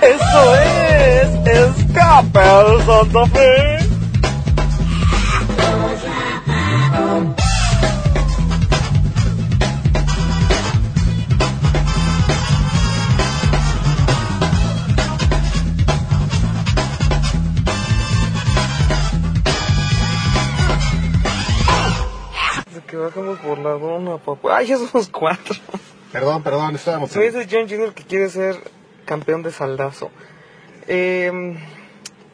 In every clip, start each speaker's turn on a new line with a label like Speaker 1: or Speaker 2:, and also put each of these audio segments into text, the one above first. Speaker 1: Eso es Escape al Santa Fe. Desde Que bajamos por la dona, papá. Ay, ya somos cuatro.
Speaker 2: Perdón, perdón, estábamos.
Speaker 1: Me dice John Jr. que quiere ser campeón de saldazo. Eh,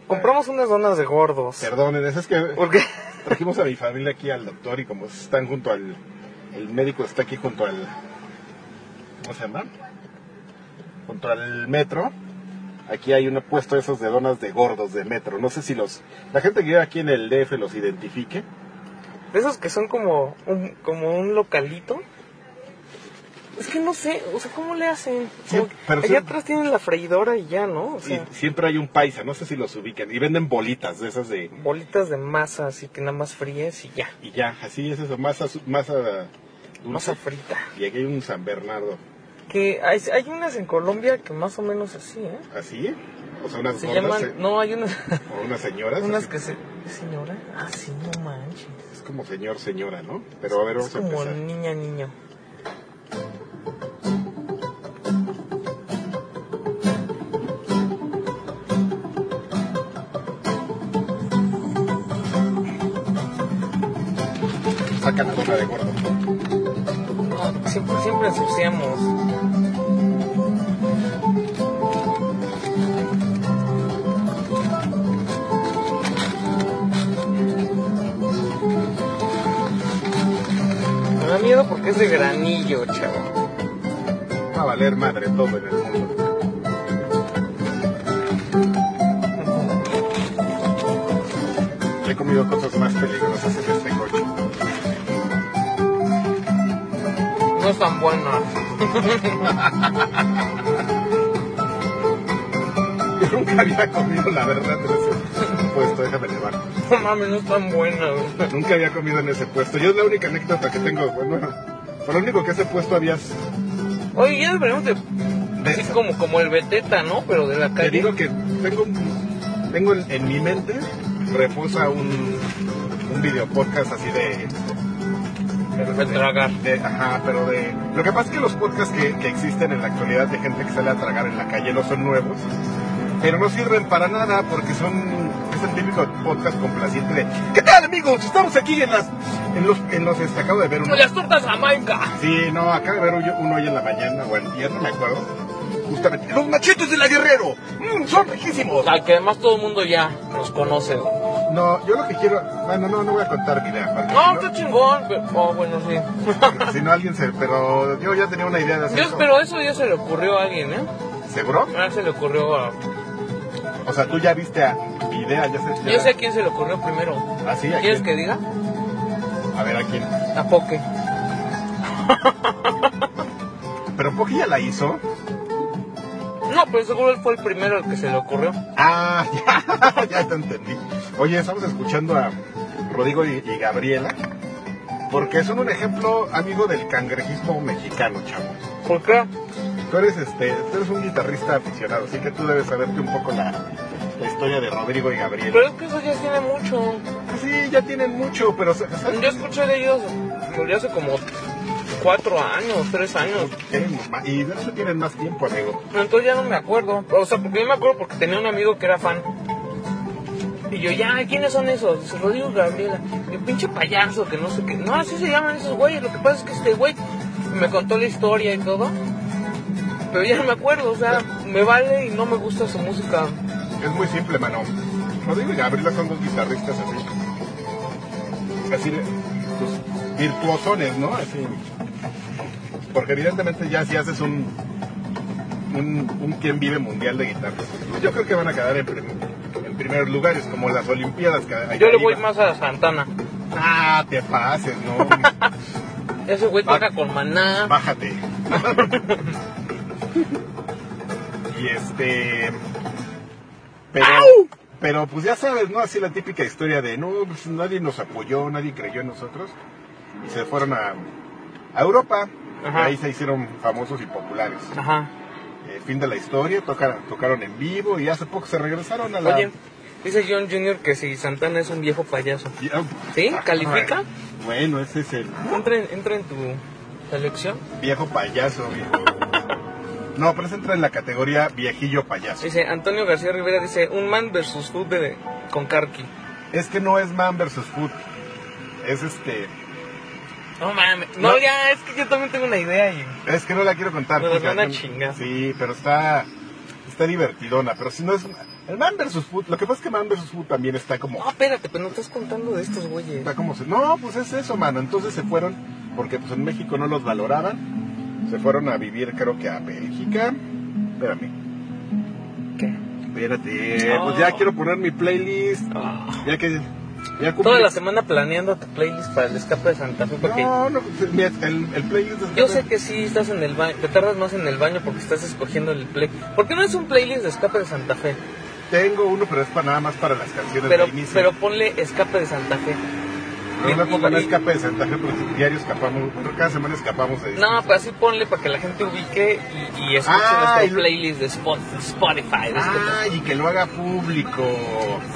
Speaker 1: compramos unas donas de gordos.
Speaker 2: Perdonen, es que
Speaker 1: Porque
Speaker 2: trajimos a mi familia aquí al doctor y como están junto al. El médico está aquí junto al. ¿Cómo se llama? Junto al metro. Aquí hay un puesto de esos de donas de gordos de metro. No sé si los. La gente que vive aquí en el DF los identifique.
Speaker 1: de esos que son como un, como un localito. Es que no sé, o sea, ¿cómo le hacen?
Speaker 2: Sí,
Speaker 1: Como que
Speaker 2: pero
Speaker 1: allá
Speaker 2: sí-
Speaker 1: atrás tienen la freidora y ya, ¿no? O
Speaker 2: Y
Speaker 1: sea,
Speaker 2: siempre hay un paisa, no sé si los ubican. Y venden bolitas de esas de.
Speaker 1: bolitas de masa, así que nada más fríes y ya.
Speaker 2: Y ya, así es eso, masa, su- masa dulce.
Speaker 1: Masa frita.
Speaker 2: Y aquí hay un San Bernardo.
Speaker 1: Que hay, hay unas en Colombia que más o menos así, ¿eh?
Speaker 2: ¿Así? O sea, unas
Speaker 1: Se
Speaker 2: gordas,
Speaker 1: llaman...
Speaker 2: eh,
Speaker 1: No, hay unas,
Speaker 2: o unas señoras.
Speaker 1: unas
Speaker 2: así.
Speaker 1: que se... Señora, así no manches.
Speaker 2: Es como señor, señora, ¿no? Pero a ver,
Speaker 1: Es
Speaker 2: vamos a
Speaker 1: como
Speaker 2: empezar.
Speaker 1: niña, niño.
Speaker 2: Saca la dona de gordo.
Speaker 1: No, siempre, siempre ensuciamos. Me da miedo porque es de granillo, chavo.
Speaker 2: Va a valer madre todo en el mundo. He comido cosas más peligrosas en este coche.
Speaker 1: No es tan bueno.
Speaker 2: Yo nunca había comido, la verdad, en ese puesto. Déjame llevar.
Speaker 1: No mames, no es tan bueno. güey.
Speaker 2: Nunca había comido en ese puesto. Yo es la única anécdota que tengo. Bueno, por lo único que ese puesto habías...
Speaker 1: Oye, ya deberíamos de... Así
Speaker 2: de-
Speaker 1: como, como el Beteta, ¿no? Pero de la
Speaker 2: Te
Speaker 1: calle.
Speaker 2: digo que tengo, un- tengo en, en mi mente reposa un, un video podcast así de. Pero
Speaker 1: De tragar.
Speaker 2: de- ajá, pero de. Lo que pasa es que los podcasts que, que existen en la actualidad de gente que sale a tragar en la calle no son nuevos, pero no sirven para nada porque son. Es el típico podcast complaciente de. ¿Qué tal, amigos? Estamos aquí en las. En los. En los este, acabo de ver uno.
Speaker 1: Como las tortas Jamaica.
Speaker 2: Sí, no, acá de ver hoy- uno hoy en la mañana o ayer, no me acuerdo. Justamente, los machetes de la Guerrero. Mm, son riquísimos.
Speaker 1: La Pues, que además todo el mundo ya nos conoce. güey.
Speaker 2: No, yo lo que quiero. Bueno, no, no voy a contar mi idea. porque
Speaker 1: No,
Speaker 2: si
Speaker 1: está chingón. pero- Oh, bueno, sí.
Speaker 2: no- si no alguien se. Pero yo ya tenía una idea de hacer
Speaker 1: Dios,
Speaker 2: eso.
Speaker 1: pero eso ya se le ocurrió a alguien, ¿eh?
Speaker 2: ¿Seguro?
Speaker 1: Ah, se le ocurrió a...
Speaker 2: O sea, tú ya viste a mi idea, ya sé. ya-
Speaker 1: Yo sé a quién se le ocurrió primero.
Speaker 2: ¿Ah, sí? ¿A
Speaker 1: ¿Quieres
Speaker 2: quién?
Speaker 1: que diga?
Speaker 2: A ver, ¿a quién?
Speaker 1: A Poke.
Speaker 2: Pero Pocky ya la hizo.
Speaker 1: No, pero seguro él fue el primero al que se le ocurrió.
Speaker 2: Ah, ya, ya te entendí. Oye, estamos escuchando a Rodrigo y, y Gabriela. Porque son un ejemplo amigo del cangrejismo mexicano, chavo.
Speaker 1: ¿Por qué?
Speaker 2: Tú eres, este, tú eres un guitarrista aficionado, así que tú debes saberte un poco la, la historia de Rodrigo y Gabriela.
Speaker 1: Pero es que eso ya tiene mucho.
Speaker 2: Sí, ya tienen mucho, pero sa- ¿sabes?
Speaker 1: Yo escuché de ellos desde hace como cuatro años, tres años.
Speaker 2: Tienen ma- Y de eso tienen más tiempo, amigo.
Speaker 1: Entonces ya no me acuerdo. O sea, porque yo me acuerdo porque tenía un amigo que era fan. Y yo, ya, ¿quiénes son esos? Se lo digo Gabriela. Y yo, pinche payaso, que no sé qué. No, así se llaman esos güeyes. Lo que pasa es que este güey me contó la historia y todo. Pero ya no me acuerdo, o sea, me vale y no me gusta su música.
Speaker 2: Es muy simple, mano. Rodrigo y Gabriela son dos guitarristas así. Así, de- pues, virtuosones, ¿no? Así. Porque evidentemente ya si haces un, un, un quien vive mundial de guitarras, pues yo creo que van a quedar en, prim- en primeros lugares, como las Olimpiadas. que allá
Speaker 1: Yo le voy
Speaker 2: iba.
Speaker 1: más a Santana.
Speaker 2: Ah, te pases, no.
Speaker 1: Ese güey
Speaker 2: Va-
Speaker 1: toca con maná.
Speaker 2: Bájate. y este. Pero, pero pues ya sabes, ¿no? Así la típica historia de no, pues nadie nos apoyó, nadie creyó en nosotros. Y se fueron a, a Europa.
Speaker 1: Ajá.
Speaker 2: Y ahí se hicieron famosos y populares.
Speaker 1: Ajá.
Speaker 2: Eh, fin de la historia, tocaron, tocaron en vivo y hace poco se regresaron a la.
Speaker 1: Oye, dice John Jr. que si Santana es un viejo payaso.
Speaker 2: Y- ah,
Speaker 1: ¿Sí?
Speaker 2: ah,
Speaker 1: ¿Califica?
Speaker 2: Bueno, ese es el
Speaker 1: Entra en, entra en tu selección.
Speaker 2: viejo payaso. viejo. No, pero ese entra en la categoría viejillo payaso.
Speaker 1: Dice Antonio García Rivera, dice un man versus food de, con Karki.
Speaker 2: Es que no es man versus food. Es este.
Speaker 1: No mames. No,
Speaker 2: No.
Speaker 1: ya, es que yo también tengo una idea y...
Speaker 2: Es que no la quiero contar.
Speaker 1: Me la
Speaker 2: porque
Speaker 1: van a
Speaker 2: aquí-
Speaker 1: chingar.
Speaker 2: Sí, pero está. Está divertidona. Pero si no es. El man versus food. Lo que pasa es que man versus food también está como.
Speaker 1: No, espérate, pero no estás contando de estos güeyes.
Speaker 2: Está como se- no, pues es eso, mano. Entonces se fueron, porque pues en México no los valoraban. Se fueron a vivir, creo que a Bélgica. Espérame.
Speaker 1: ¿Qué?
Speaker 2: Espérate.
Speaker 1: No.
Speaker 2: Pues ya quiero poner mi playlist.
Speaker 1: Ah.
Speaker 2: Ya que. Ya cumplí.
Speaker 1: Toda la semana planeando tu playlist para el escape de Santa Fe porque...
Speaker 2: No, no, pues, mira, el, el playlist es-
Speaker 1: Yo sé que sí estás en el baño, te tardas más en el baño porque estás escogiendo el play. ¿Por qué no es un playlist de escape de Santa Fe?
Speaker 2: Tengo uno, pero es para nada más para las canciones
Speaker 1: Pero,
Speaker 2: de inicio.
Speaker 1: pero ponle escape de Santa Fe.
Speaker 2: no me
Speaker 1: y-
Speaker 2: pongan
Speaker 1: y-
Speaker 2: escape de Santa Fe porque diario escapamos. Bueno, cada semana escapamos de.
Speaker 1: No, pero así ponle para que la gente ubique y, Ah, y escuche
Speaker 2: Ah, y
Speaker 1: nuestro
Speaker 2: lo-
Speaker 1: playlist de Spot- Spotify. de este Spotify.
Speaker 2: Ay, Ah, y que lo haga público.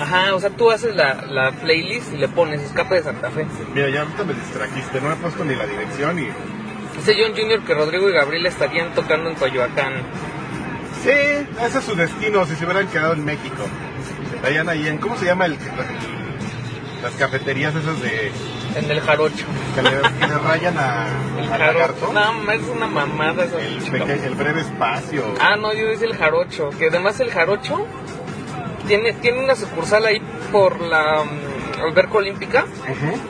Speaker 1: Ajá, o sea, tú haces la, la playlist y le pones escape de Santa Fe.
Speaker 2: Mira, ya ahorita me distrajiste. No me he puesto ni la dirección y.
Speaker 1: Dice John Junior que Rodrigo y Gabriel estarían tocando en Coyoacán.
Speaker 2: Sí, ese es su destino, si se hubieran quedado en México. Estarían ahí en, ¿cómo se llama? el- el- las cafeterías esas de,
Speaker 1: En el jarocho.
Speaker 2: que, le, que le rayan a,
Speaker 1: El
Speaker 2: al
Speaker 1: jarocho.
Speaker 2: lagarto.
Speaker 1: No, ma, es una mamada esa
Speaker 2: El,
Speaker 1: chica.
Speaker 2: peque- el breve espacio.
Speaker 1: Ah, no, yo hice el jarocho. Que además el jarocho tiene, tiene una sucursal ahí por la mm, alberca olímpica.
Speaker 2: Ujú.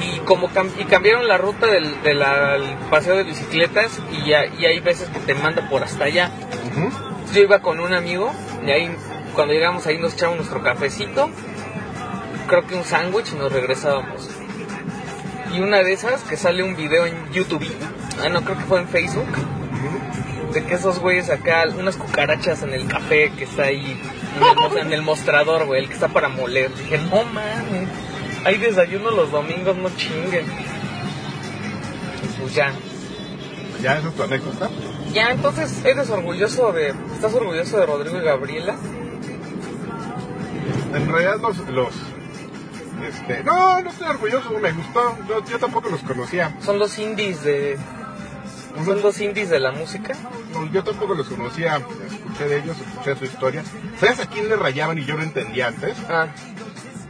Speaker 1: Y como cam- y cambiaron la ruta del, del, al paseo de bicicletas y, ya- y hay veces que te manda por hasta allá.
Speaker 2: Ujú.
Speaker 1: Yo iba con un amigo y ahí cuando llegamos ahí nos echamos nuestro cafecito, creo que un sándwich y nos regresábamos. Y una de esas que sale un video en YouTube, ah, no creo que fue en Facebook, de que esos güeyes acá, unas cucarachas en el café que está ahí, en el, mos- en el mostrador, güey, el que está para moler. Dije, no mames, hay desayuno los domingos, no chinguen. Y Pues ya.
Speaker 2: Ya, esa es tu anécdota.
Speaker 1: Ya, entonces, ¿eres orgulloso de, estás orgulloso de Rodrigo y Gabriela?
Speaker 2: En realidad los... los este, no, no estoy orgulloso, me gustó. Yo, yo tampoco los conocía.
Speaker 1: Son los indies de. Son los indies de la música.
Speaker 2: No, Yo tampoco los conocía. Escuché de ellos, escuché su historia. ¿Sabes a quién le rayaban y yo no entendía antes?
Speaker 1: Ah.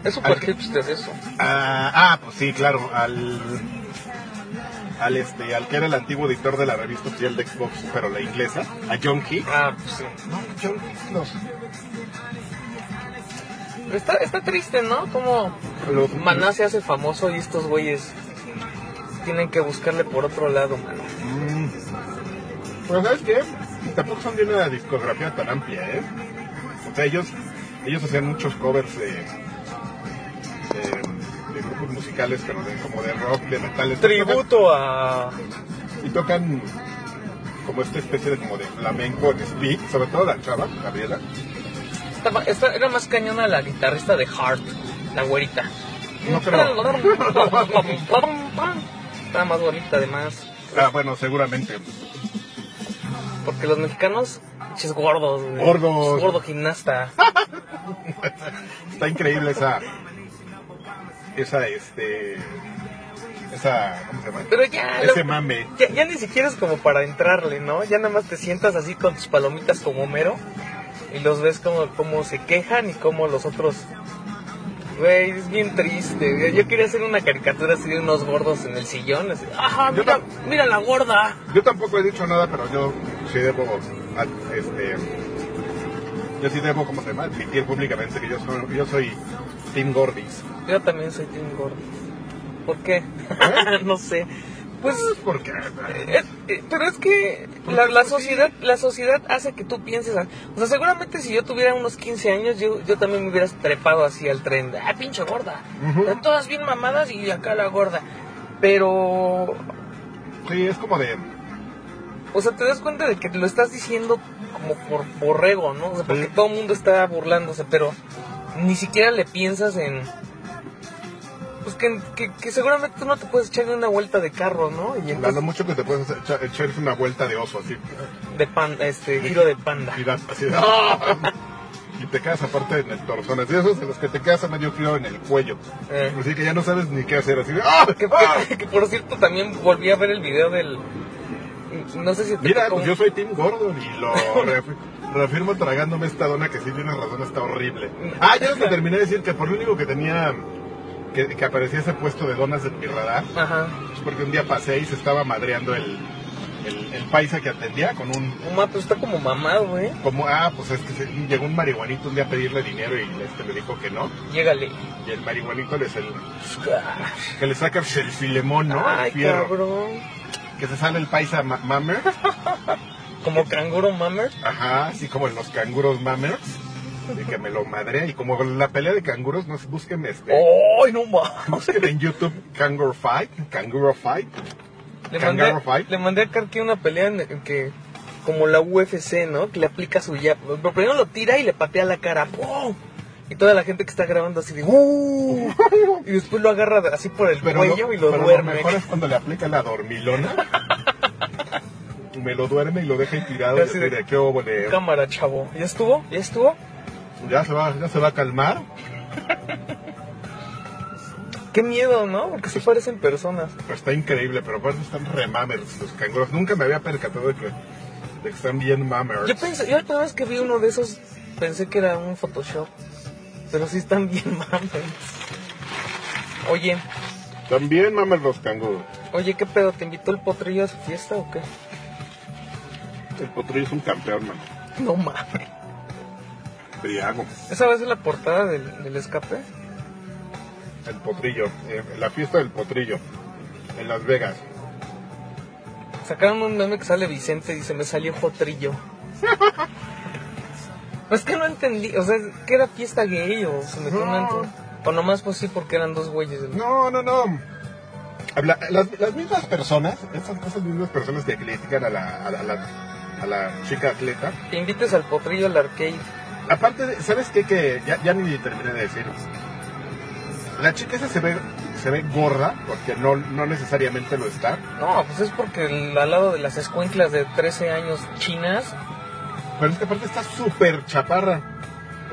Speaker 1: Es súper
Speaker 2: Al que-
Speaker 1: hipster eso.
Speaker 2: Ah, ah, pues sí, claro, al al este, al que era el antiguo editor de la revista oficial de Xbox, pero la inglesa, a John Hick.
Speaker 1: Ah, pues sí.
Speaker 2: No, John Hick los,
Speaker 1: Pero Está, está triste, ¿no? Como
Speaker 2: los-
Speaker 1: Maná se hace famoso y estos güeyes tienen que buscarle por otro lado, mano.
Speaker 2: Mm. Pero sabes qué, tampoco son de una discografía tan amplia, ¿eh? O sea, ellos, ellos hacían muchos covers de, de- de grupos musicales, pero de, como de rock, de metal.
Speaker 1: Tributo a.
Speaker 2: y tocan como esta especie de como de flamenco de speak, sobre todo la chava, Gabriela.
Speaker 1: Estaba, esta- era más cañona la guitarrista de Heart, la güerita.
Speaker 2: No creo.
Speaker 1: Estaba más bonita, además.
Speaker 2: ah, bueno, seguramente.
Speaker 1: Porque los mexicanos, chis gordos, güey.
Speaker 2: Gordos.
Speaker 1: Gordo gimnasta.
Speaker 2: Está increíble esa. Esa, este. Esa. ¿Cómo se llama?
Speaker 1: Pero ya,
Speaker 2: Ese
Speaker 1: lo-
Speaker 2: mame.
Speaker 1: ya, ya ni siquiera es como para entrarle, ¿no? Ya nada más te sientas así con tus palomitas como Homero y los ves como, como se quejan y como los otros... Güey, es bien triste. güey. Yo quería hacer una caricatura así de unos gordos en el sillón. Así, ¡Ajá,
Speaker 2: Yo
Speaker 1: mira,
Speaker 2: tam-
Speaker 1: mira la gorda!
Speaker 2: Yo tampoco he dicho nada, pero yo sí debo. a- Este. Yo sí debo, ¿cómo se llama? Admitir públicamente que yo soy, yo soy Tim Gordis.
Speaker 1: Yo también soy team gordo. ¿Por qué? no sé. Pues...
Speaker 2: ¿Por qué?
Speaker 1: Eh, eh, pero es que la, la sociedad la sociedad hace que tú pienses a- o sea seguramente si yo tuviera unos 15 años yo, yo también me hubieras trepado así al tren de, ah pinche gorda
Speaker 2: Ujú.
Speaker 1: todas bien mamadas y acá la gorda pero
Speaker 2: Sí, es como de.
Speaker 1: o sea te das cuenta de que lo estás diciendo como por borrego no o sea, porque
Speaker 2: Sí.
Speaker 1: todo el mundo está burlándose pero ni siquiera le piensas en pues que, que, que seguramente tú no te puedes echar ni una vuelta de carro, ¿no? Y
Speaker 2: A
Speaker 1: entonces,
Speaker 2: lo mucho que te puedes echar, echar es una vuelta de oso, así.
Speaker 1: de pan, este, giro de panda.
Speaker 2: Y, das- así, ¡ah! y te quedas aparte en el torzón. Así, esos en los que te quedas a medio kilo en el cuello.
Speaker 1: Eh.
Speaker 2: Así que ya no sabes ni qué hacer. Así, ¡ah!
Speaker 1: Que,
Speaker 2: ¡Ah!
Speaker 1: que- que, por cierto también volví a ver el video del... No sé si te
Speaker 2: Mira,
Speaker 1: tocó
Speaker 2: pues yo soy Tim Gordon y lo reaf- reafirmo tragándome esta dona que sí tiene razón, está horrible. Ah, ya te terminé de decir que por lo único que tenía que, que aparecía ese puesto de donas en mi radar
Speaker 1: Ajá,
Speaker 2: es porque un día pasé y se estaba madreando el, el, el paisa que atendía con un
Speaker 1: un mapa está como mamado, ¿eh?
Speaker 2: como ah, pues es que se- llegó un marihuanito un día a pedirle dinero y este le dijo que no
Speaker 1: Llégale.
Speaker 2: y el marihuanito le sal- que le saca el filemón, ¿no? El
Speaker 1: Ay,
Speaker 2: fierro.
Speaker 1: cabrón.
Speaker 2: que se sale el paisa ma- mamer,
Speaker 1: Como canguro mamer.
Speaker 2: Ajá, así como en los canguros mammers. De que me lo madrea. Y como la pelea de canguros, no sé, búsquenme este.
Speaker 1: Oh. ¡Ay, no mames!
Speaker 2: Búsquenme en YouTube Kangaroo Fight. Kangaroo Fight.
Speaker 1: Le
Speaker 2: Kangaroo
Speaker 1: mandé,
Speaker 2: fight.
Speaker 1: le mandé a Karki una pelea en- en que, como la UFC, ¿no? Que le aplica su jab. Pero primero lo tira y le patea la cara. ¡Pum! Y toda la gente que está grabando así de ¡Uh! Y después lo agarra de- así por el
Speaker 2: Pero,
Speaker 1: cuello
Speaker 2: lo,
Speaker 1: y lo ¿eh?
Speaker 2: pero lo
Speaker 1: duerme.
Speaker 2: mejor es cuando le aplica la dormilona. me lo duerme y lo deja ahí tirado.
Speaker 1: Así
Speaker 2: Y
Speaker 1: de-
Speaker 2: de, ¿qué hubo, le-
Speaker 1: Cámara, chavo. ¿Ya estuvo? ¿Ya estuvo?
Speaker 2: ya, se va, ya se va a calmar.
Speaker 1: Qué miedo, ¿no? Porque sí parecen personas.
Speaker 2: Pero está increíble. Pero aparte están re mammers los canguros. Nunca me había percatado de que, de que están bien mammers.
Speaker 1: Yo pensé, yo la primera vez que vi uno de esos pensé que era un Photoshop. Pero sí están bien mames. Oye,
Speaker 2: También mammers los canguros.
Speaker 1: oye, ¿qué pedo? ¿Te invitó el potrillo a su fiesta o qué?
Speaker 2: El potrillo es un campeón, man.
Speaker 1: No mames.
Speaker 2: Triago.
Speaker 1: ¿Esa va a ser la portada del, del escape?
Speaker 2: El potrillo. eh, la fiesta del potrillo. En Las Vegas.
Speaker 1: Sacaron un meme que sale Vicente y dice, me salió potrillo. es que no entendí, o sea, ¿qué era fiesta gay o se metió
Speaker 2: No.
Speaker 1: una O nomás pues sí porque eran dos güeyes. del-
Speaker 2: No, no, no. Habla- las, las mismas personas, esas, esas mismas personas que critican a la, a, la, a la- a la chica atleta.
Speaker 1: Te invites al potrillo al arcade.
Speaker 2: Aparte, de- ¿sabes qué? Que ya, ya ni terminé de decir. La chica esa se ve, se ve gorda, porque no, no necesariamente lo está.
Speaker 1: No, pues es porque el- al lado de las escuenclas de 13 años chinas,
Speaker 2: Pero es que aparte está súper chaparra.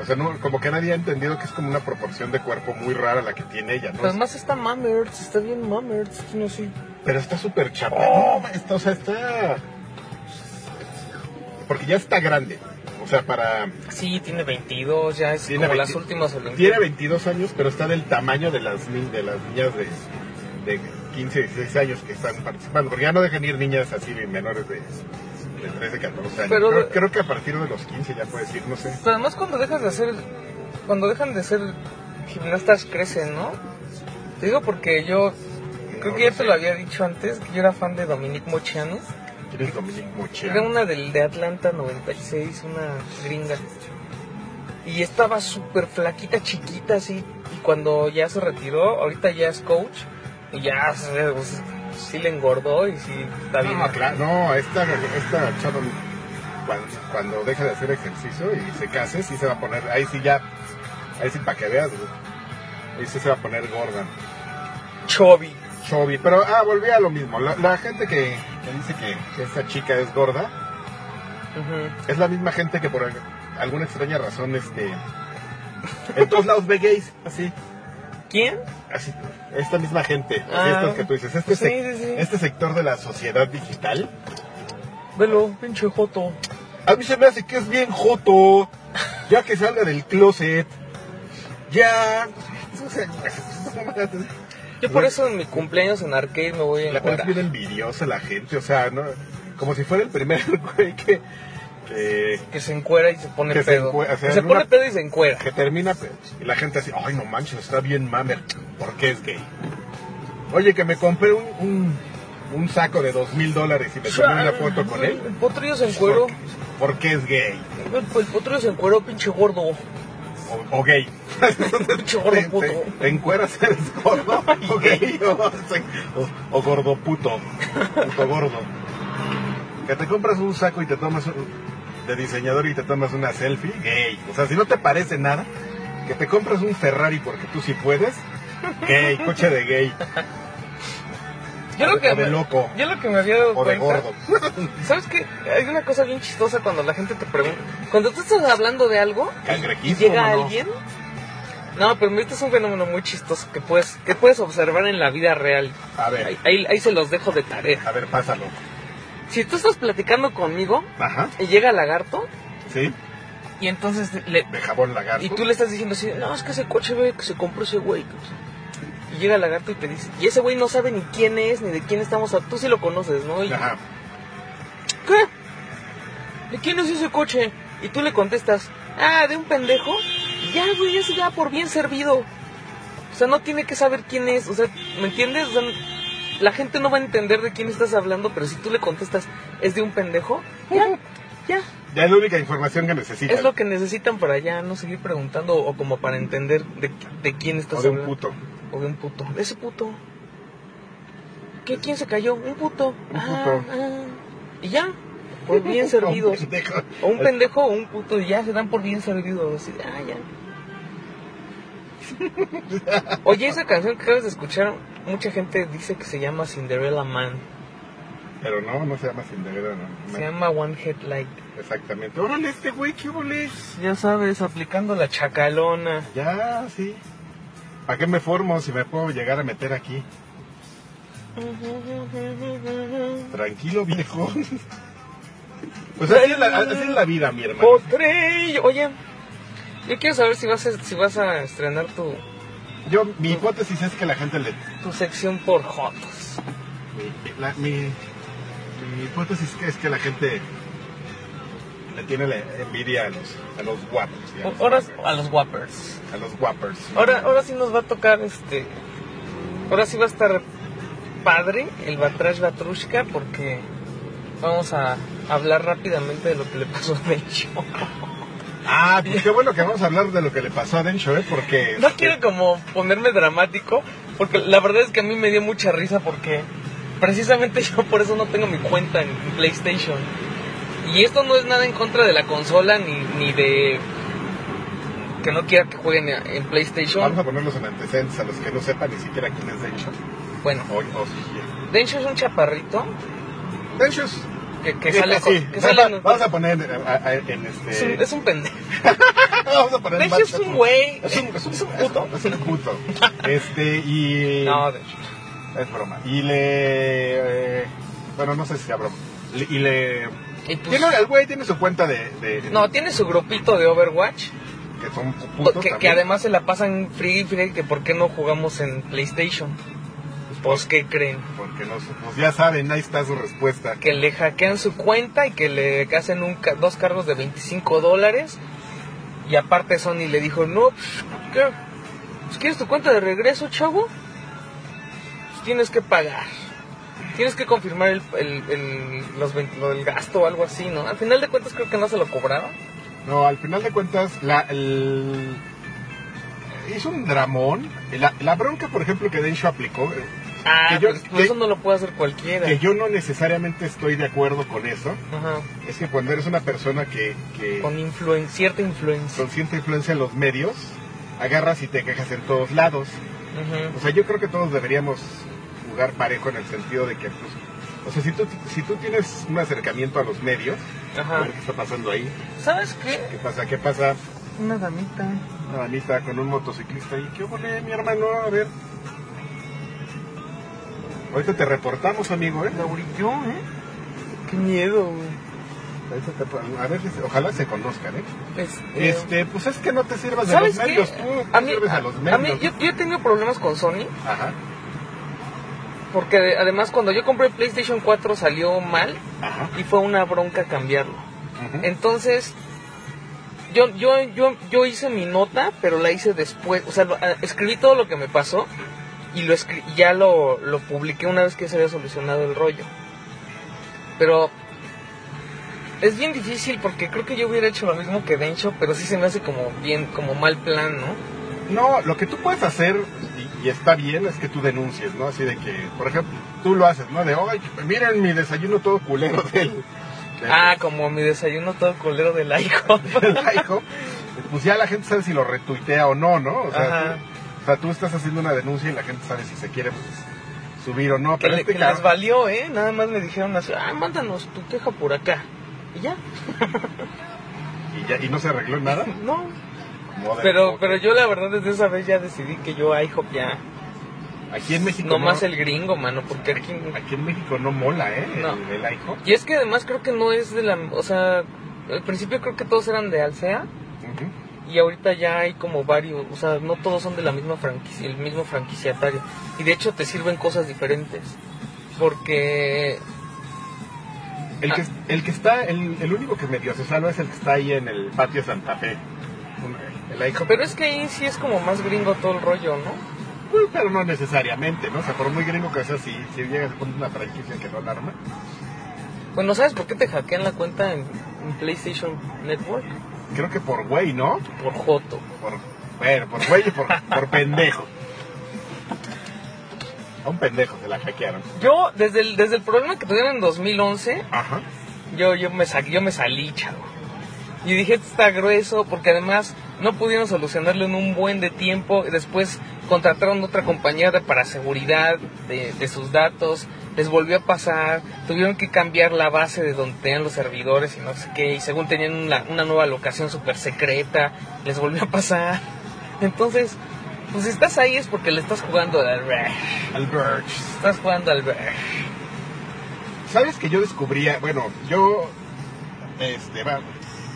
Speaker 2: O sea, no, como que nadie ha entendido que es como una proporción de cuerpo muy rara la que tiene ella, ¿no?
Speaker 1: pero además pues está Mamertz, está bien Mamertz, no sé.
Speaker 2: Pero está súper chapa. No, está, Oh, o sea, está. Porque ya está grande. O sea, para.
Speaker 1: Sí, tiene 22, ya es
Speaker 2: Tiene
Speaker 1: como
Speaker 2: 20
Speaker 1: las últimas olimpiadas.
Speaker 2: Tiene 22 años, pero está del tamaño de las, ni- de las niñas de, de 15, 16 años que están participando. Porque ya no dejan ir niñas así de menores de, de 13, 14 años.
Speaker 1: Pero-
Speaker 2: creo, creo que a partir de los 15 ya puedes ir, no sé.
Speaker 1: Pero Pues además cuando dejas de hacer, cuando dejan de ser gimnastas crecen, ¿no? Te digo porque yo, creo
Speaker 2: No,
Speaker 1: que ya
Speaker 2: no
Speaker 1: te
Speaker 2: sé.
Speaker 1: lo había dicho antes, que yo era fan de Dominique Mochiano.
Speaker 2: ¿Quién es Dominique Mochea?
Speaker 1: Era una del, de Atlanta 96, una gringa. Y estaba súper flaquita, chiquita, así. Y cuando ya se retiró, ahorita ya es coach. Y ya se- pues, sí le engordó y sí está bien.
Speaker 2: No, claro, no, esta, esta chava cuando, cuando deja de hacer ejercicio y se case, sí se va a poner, ahí sí ya, ahí sí para que veas, güey. ahí sí se va a poner gorda,
Speaker 1: Chubby.
Speaker 2: chubby, pero ah, volví a lo mismo, la, la gente que, que dice que, que esta chica es gorda,
Speaker 1: Ujú.
Speaker 2: es la misma gente que por al- alguna extraña razón, este, en todos lados ve gays, así,
Speaker 1: ¿Quién?
Speaker 2: así, esta misma gente, así
Speaker 1: Ah,
Speaker 2: estas que tú dices, este,
Speaker 1: sí,
Speaker 2: sec-
Speaker 1: sí, sí.
Speaker 2: este sector de la sociedad digital,
Speaker 1: Velo, pinche joto.
Speaker 2: A mí se me hace que es bien joto. Ya que salga del closet. Ya.
Speaker 1: Yo por eso en mi cumpleaños en arcade me voy a
Speaker 2: La verdad es
Speaker 1: encuadrar.
Speaker 2: bien envidiosa la gente. O sea, ¿no? como si fuera el primer güey que, que,
Speaker 1: Que se encuera y se pone
Speaker 2: Que se
Speaker 1: pedo.
Speaker 2: encue- o sea,
Speaker 1: Que se
Speaker 2: en
Speaker 1: pone
Speaker 2: una-
Speaker 1: pedo y se encuera.
Speaker 2: que termina. pe- Y la gente así, ay, no manches, está bien mamer. Porque es gay. Oye, que me compré un, un, un saco de dos mil dólares y me tomé una foto con él.
Speaker 1: El potrillo se encueró.
Speaker 2: Porque, porque es gay.
Speaker 1: El, el potrillo se encueró, pinche gordo.
Speaker 2: O, o gay.
Speaker 1: Pinche gordo
Speaker 2: Te-
Speaker 1: puto.
Speaker 2: te- Te encueras, eres gordo o gay o, o- o gordo puto. Puto gordo. Que te compras un saco y te tomas un, de diseñador y te tomas una selfie, gay. O sea, si no te parece nada, que te compras un Ferrari porque tú sí puedes, Gay, coche de gay.
Speaker 1: Yo lo que
Speaker 2: O de
Speaker 1: me-
Speaker 2: loco.
Speaker 1: Yo lo que me había dado
Speaker 2: O de
Speaker 1: cuenta.
Speaker 2: gordo.
Speaker 1: ¿Sabes qué? Hay una cosa bien chistosa cuando la gente te pregunta. Cuando tú estás hablando de algo y
Speaker 2: Cangrejizo.
Speaker 1: llega
Speaker 2: ¿no?
Speaker 1: alguien. No, pero mira, este es un fenómeno muy chistoso que puedes, que puedes observar en la vida real.
Speaker 2: A ver,
Speaker 1: Ahí, ahí- ahí se los dejo de tarea.
Speaker 2: a ver, pásalo.
Speaker 1: Si tú estás platicando conmigo
Speaker 2: Ajá.
Speaker 1: y llega lagarto
Speaker 2: Sí,
Speaker 1: y entonces le,
Speaker 2: de jabón lagarto.
Speaker 1: y tú le estás diciendo así, no, es que ese coche ve que se compró ese güey. Y llega lagarto y te dice, y ese güey no sabe ni quién es, ni de quién estamos hablando. Tú sí lo conoces, ¿no? Y-
Speaker 2: Ajá.
Speaker 1: ¿Qué? ¿De quién es ese coche? Y tú le contestas, ah, de un pendejo. Ya, güey, ya se da por bien servido. O sea, no tiene que saber quién es. O sea, ¿me entiendes? O sea, la gente no va a entender de quién estás hablando, pero si tú le contestas, es de un pendejo, ya, ya.
Speaker 2: Ya es la única información que necesitas.
Speaker 1: Es lo que necesitan para ya no seguir preguntando o como para entender de, de quién estás
Speaker 2: O de un
Speaker 1: hablando.
Speaker 2: puto.
Speaker 1: O de un puto. De ese puto. ¿Qué? ¿Quién se cayó? Un puto.
Speaker 2: puto.
Speaker 1: ah. Y ya. Por Pues bien servidos.
Speaker 2: Un pendejo.
Speaker 1: O un pendejo o un puto y ya se dan por bien servidos. Así, ah, ya. Oye, esa canción que acabas de escuchar, mucha gente dice que se llama Cinderella Man.
Speaker 2: Pero no, no se llama Cinderella. No.
Speaker 1: Se llama One Head Light.
Speaker 2: Exactamente. Órale, este güey, ¿qué boles?
Speaker 1: Ya sabes, aplicando la chacalona.
Speaker 2: Ya, sí. ¿Para qué me formo si me puedo llegar a meter aquí? Tranquilo, viejo. Pues así es la, así es la vida, mi hermano.
Speaker 1: Pues- Potrello. Oye, yo quiero saber si vas a, si vas a estrenar tu,
Speaker 2: Yo, mi hipótesis es que la gente le...
Speaker 1: tu sección por Jotos.
Speaker 2: Mi, la- mi- mi hipótesis es que la gente le tiene la envidia a los, a los guapos. y a los
Speaker 1: Ahora
Speaker 2: guapers.
Speaker 1: a los Whoppers.
Speaker 2: A los guapers.
Speaker 1: Ahora, ahora sí nos va a tocar este. Ahora sí va a estar padre el Batrash Batrushka porque vamos a hablar rápidamente de lo que le pasó a Bencho.
Speaker 2: Ah, pues qué bueno que vamos a hablar de lo que le pasó a Dencho, ¿eh? Porque...
Speaker 1: No quiero como ponerme dramático porque la verdad es que a mí me dio mucha risa porque precisamente yo por eso no tengo mi cuenta en PlayStation. Y esto no es nada en contra de la consola ni, ni de que no quiera que jueguen en
Speaker 2: Vamos
Speaker 1: PlayStation.
Speaker 2: a ponerlos en antecedentes a los que no sepan ni siquiera quién es Dencho.
Speaker 1: Bueno,
Speaker 2: O, o si-
Speaker 1: Dencho es un chaparrito
Speaker 2: Dencho es...
Speaker 1: que, que sale
Speaker 2: Sí,
Speaker 1: con- que
Speaker 2: va-
Speaker 1: sale
Speaker 2: va-
Speaker 1: en-
Speaker 2: vamos a poner eh, a- a- en
Speaker 1: es, un,
Speaker 2: este...
Speaker 1: es un pendejo.
Speaker 2: vamos a poner...
Speaker 1: De hecho, es un güey.
Speaker 2: Es un, es un, puto. Es un puto. Este, y...
Speaker 1: No, de hecho.
Speaker 2: Es broma. Y le... eh, bueno, no sé si sea broma. Le- y le...
Speaker 1: Y pues-
Speaker 2: tiene, el güey tiene su cuenta de... de-
Speaker 1: no, tiene su grupito de Overwatch.
Speaker 2: Que son putos
Speaker 1: que, que
Speaker 2: también.
Speaker 1: además se la pasan free, free. Que por qué no jugamos en PlayStation. Pues, ¿qué creen?
Speaker 2: Porque no, pues ya saben, ahí está su respuesta.
Speaker 1: Que le hackean su cuenta y que le hacen un ca- dos cargos de 25 dólares. Y aparte, Sony le dijo: No, pues, ¿qué? Pues, ¿Quieres tu cuenta de regreso, chavo? Pues, tienes que pagar. Tienes que confirmar el, el- el- los, vein- lo del gasto o algo así, ¿no? Al final de cuentas, creo que no se lo cobraba.
Speaker 2: No, al final de cuentas, la, el- hizo un dramón. La, la bronca, por ejemplo, que Densho aplicó, eh,
Speaker 1: Ah,
Speaker 2: Que yo-
Speaker 1: pero
Speaker 2: que-
Speaker 1: eso no lo puede hacer cualquiera.
Speaker 2: que yo no necesariamente estoy de acuerdo con eso,
Speaker 1: Ajá,
Speaker 2: es que cuando eres una persona que, que
Speaker 1: con influen- cierta influencia.
Speaker 2: con cierta influencia en los medios, agarras y te quejas en todos lados.
Speaker 1: Ujú.
Speaker 2: O sea, yo creo que todos deberíamos jugar parejo en el sentido de que, pues, o sea, si tú, si tú tienes un acercamiento a los medios, a
Speaker 1: Ajá.
Speaker 2: ver qué está pasando ahí,
Speaker 1: ¿Sabes qué?
Speaker 2: qué pasa, qué pasa,
Speaker 1: Una damita.
Speaker 2: una damita con un motociclista y qué ole, mi hermano, a ver. Ahorita te reportamos, amigo, ¿eh?
Speaker 1: La brilló, ¿eh? Qué miedo, güey.
Speaker 2: Ahorita te- A ver, ojalá se conozcan, ¿eh?
Speaker 1: Este,
Speaker 2: Este, pues es que no te sirvas de los
Speaker 1: ¿Sabes qué?
Speaker 2: medios, tú no
Speaker 1: a mí,
Speaker 2: sirves a los medios.
Speaker 1: a mí- yo, yo he tenido problemas con Sony.
Speaker 2: Ajá,
Speaker 1: Porque además, cuando yo compré el PlayStation 4 salió mal.
Speaker 2: ajá.
Speaker 1: Y fue una bronca cambiarlo.
Speaker 2: ujú.
Speaker 1: Eh, Entonces, yo, yo, yo, yo hice mi nota, pero la hice después. O sea, lo- ah, escribí todo lo que me pasó y lo escri- ya lo, lo publiqué una vez que se había solucionado el rollo. Pero es bien difícil porque creo que yo hubiera hecho lo mismo que Dencho, pero sí se me hace como bien, como mal plan, ¿no?
Speaker 2: No, lo que tú puedes hacer, y, y está bien, es que tú denuncies, ¿no? Así de que, por ejemplo, tú lo haces, ¿no? De, ay, miren mi desayuno todo culero del... del-
Speaker 1: Ah, como mi desayuno todo colero del IHOP.
Speaker 2: Este el IHOP, pues ya la gente sabe si lo retuitea o no, ¿no? O sea,
Speaker 1: Ajá.
Speaker 2: sí. O sea, sea, tú estás haciendo una denuncia y la gente sabe si se quiere pues, subir o no.
Speaker 1: Que,
Speaker 2: Pero
Speaker 1: le-
Speaker 2: este
Speaker 1: que
Speaker 2: cabrón-
Speaker 1: las valió, ¿eh? Nada más me dijeron así, ah, mándanos tu queja por acá. Y ya,
Speaker 2: y, ya- y no se arregló en nada. pues,
Speaker 1: no.
Speaker 2: Modern
Speaker 1: Pero,
Speaker 2: Talking.
Speaker 1: pero yo la verdad desde esa vez ya decidí que yo IHOP ya,
Speaker 2: Aquí en México.
Speaker 1: nomás
Speaker 2: no,
Speaker 1: el gringo, mano, porque aquí...
Speaker 2: Aquí en México no mola, ¿eh?
Speaker 1: No.
Speaker 2: El, el IHOP.
Speaker 1: Y es que además creo que no es de la... O sea, al principio creo que todos eran de Alsea
Speaker 2: Ujú.
Speaker 1: y ahorita ya hay como varios, o sea, no todos son de la misma franquicia, el mismo franquiciatario. Y de hecho te sirven cosas diferentes. Porque... Ah.
Speaker 2: El que, el que está, el, el único que medio se salva es el que está ahí en el patio Santa Fe. Un- El IHOP.
Speaker 1: Pero es que ahí sí es como más gringo todo el rollo, ¿no?
Speaker 2: Pues, Pero no necesariamente, ¿no? O sea, por muy gringo que sea, si, si llegas con una franquicia que no alarma,
Speaker 1: Pues no sabes por qué te hackean la cuenta en, en PlayStation Network.
Speaker 2: creo que por güey, ¿no?
Speaker 1: Por Joto.
Speaker 2: Por, bueno, por güey y por, por pendejo. A un pendejo se la hackearon.
Speaker 1: Yo, desde el, desde el problema que tuvieron en 2011,
Speaker 2: Ajá.
Speaker 1: yo, yo, me, sa- yo me salí, chavo. Y dije, "Esto está grueso, porque además no pudieron solucionarlo en un buen de tiempo. Y Después contrataron otra compañía de- para seguridad de, de sus datos. Les volvió a pasar. Tuvieron que cambiar la base de donde tenían los servidores y no sé qué. Y según tenían una, una nueva locación súper secreta, les volvió a pasar. Entonces, pues si estás ahí es porque le estás jugando al...
Speaker 2: Albert.
Speaker 1: Estás jugando al...
Speaker 2: ¿Sabes que yo descubría? Bueno, yo. Este, va.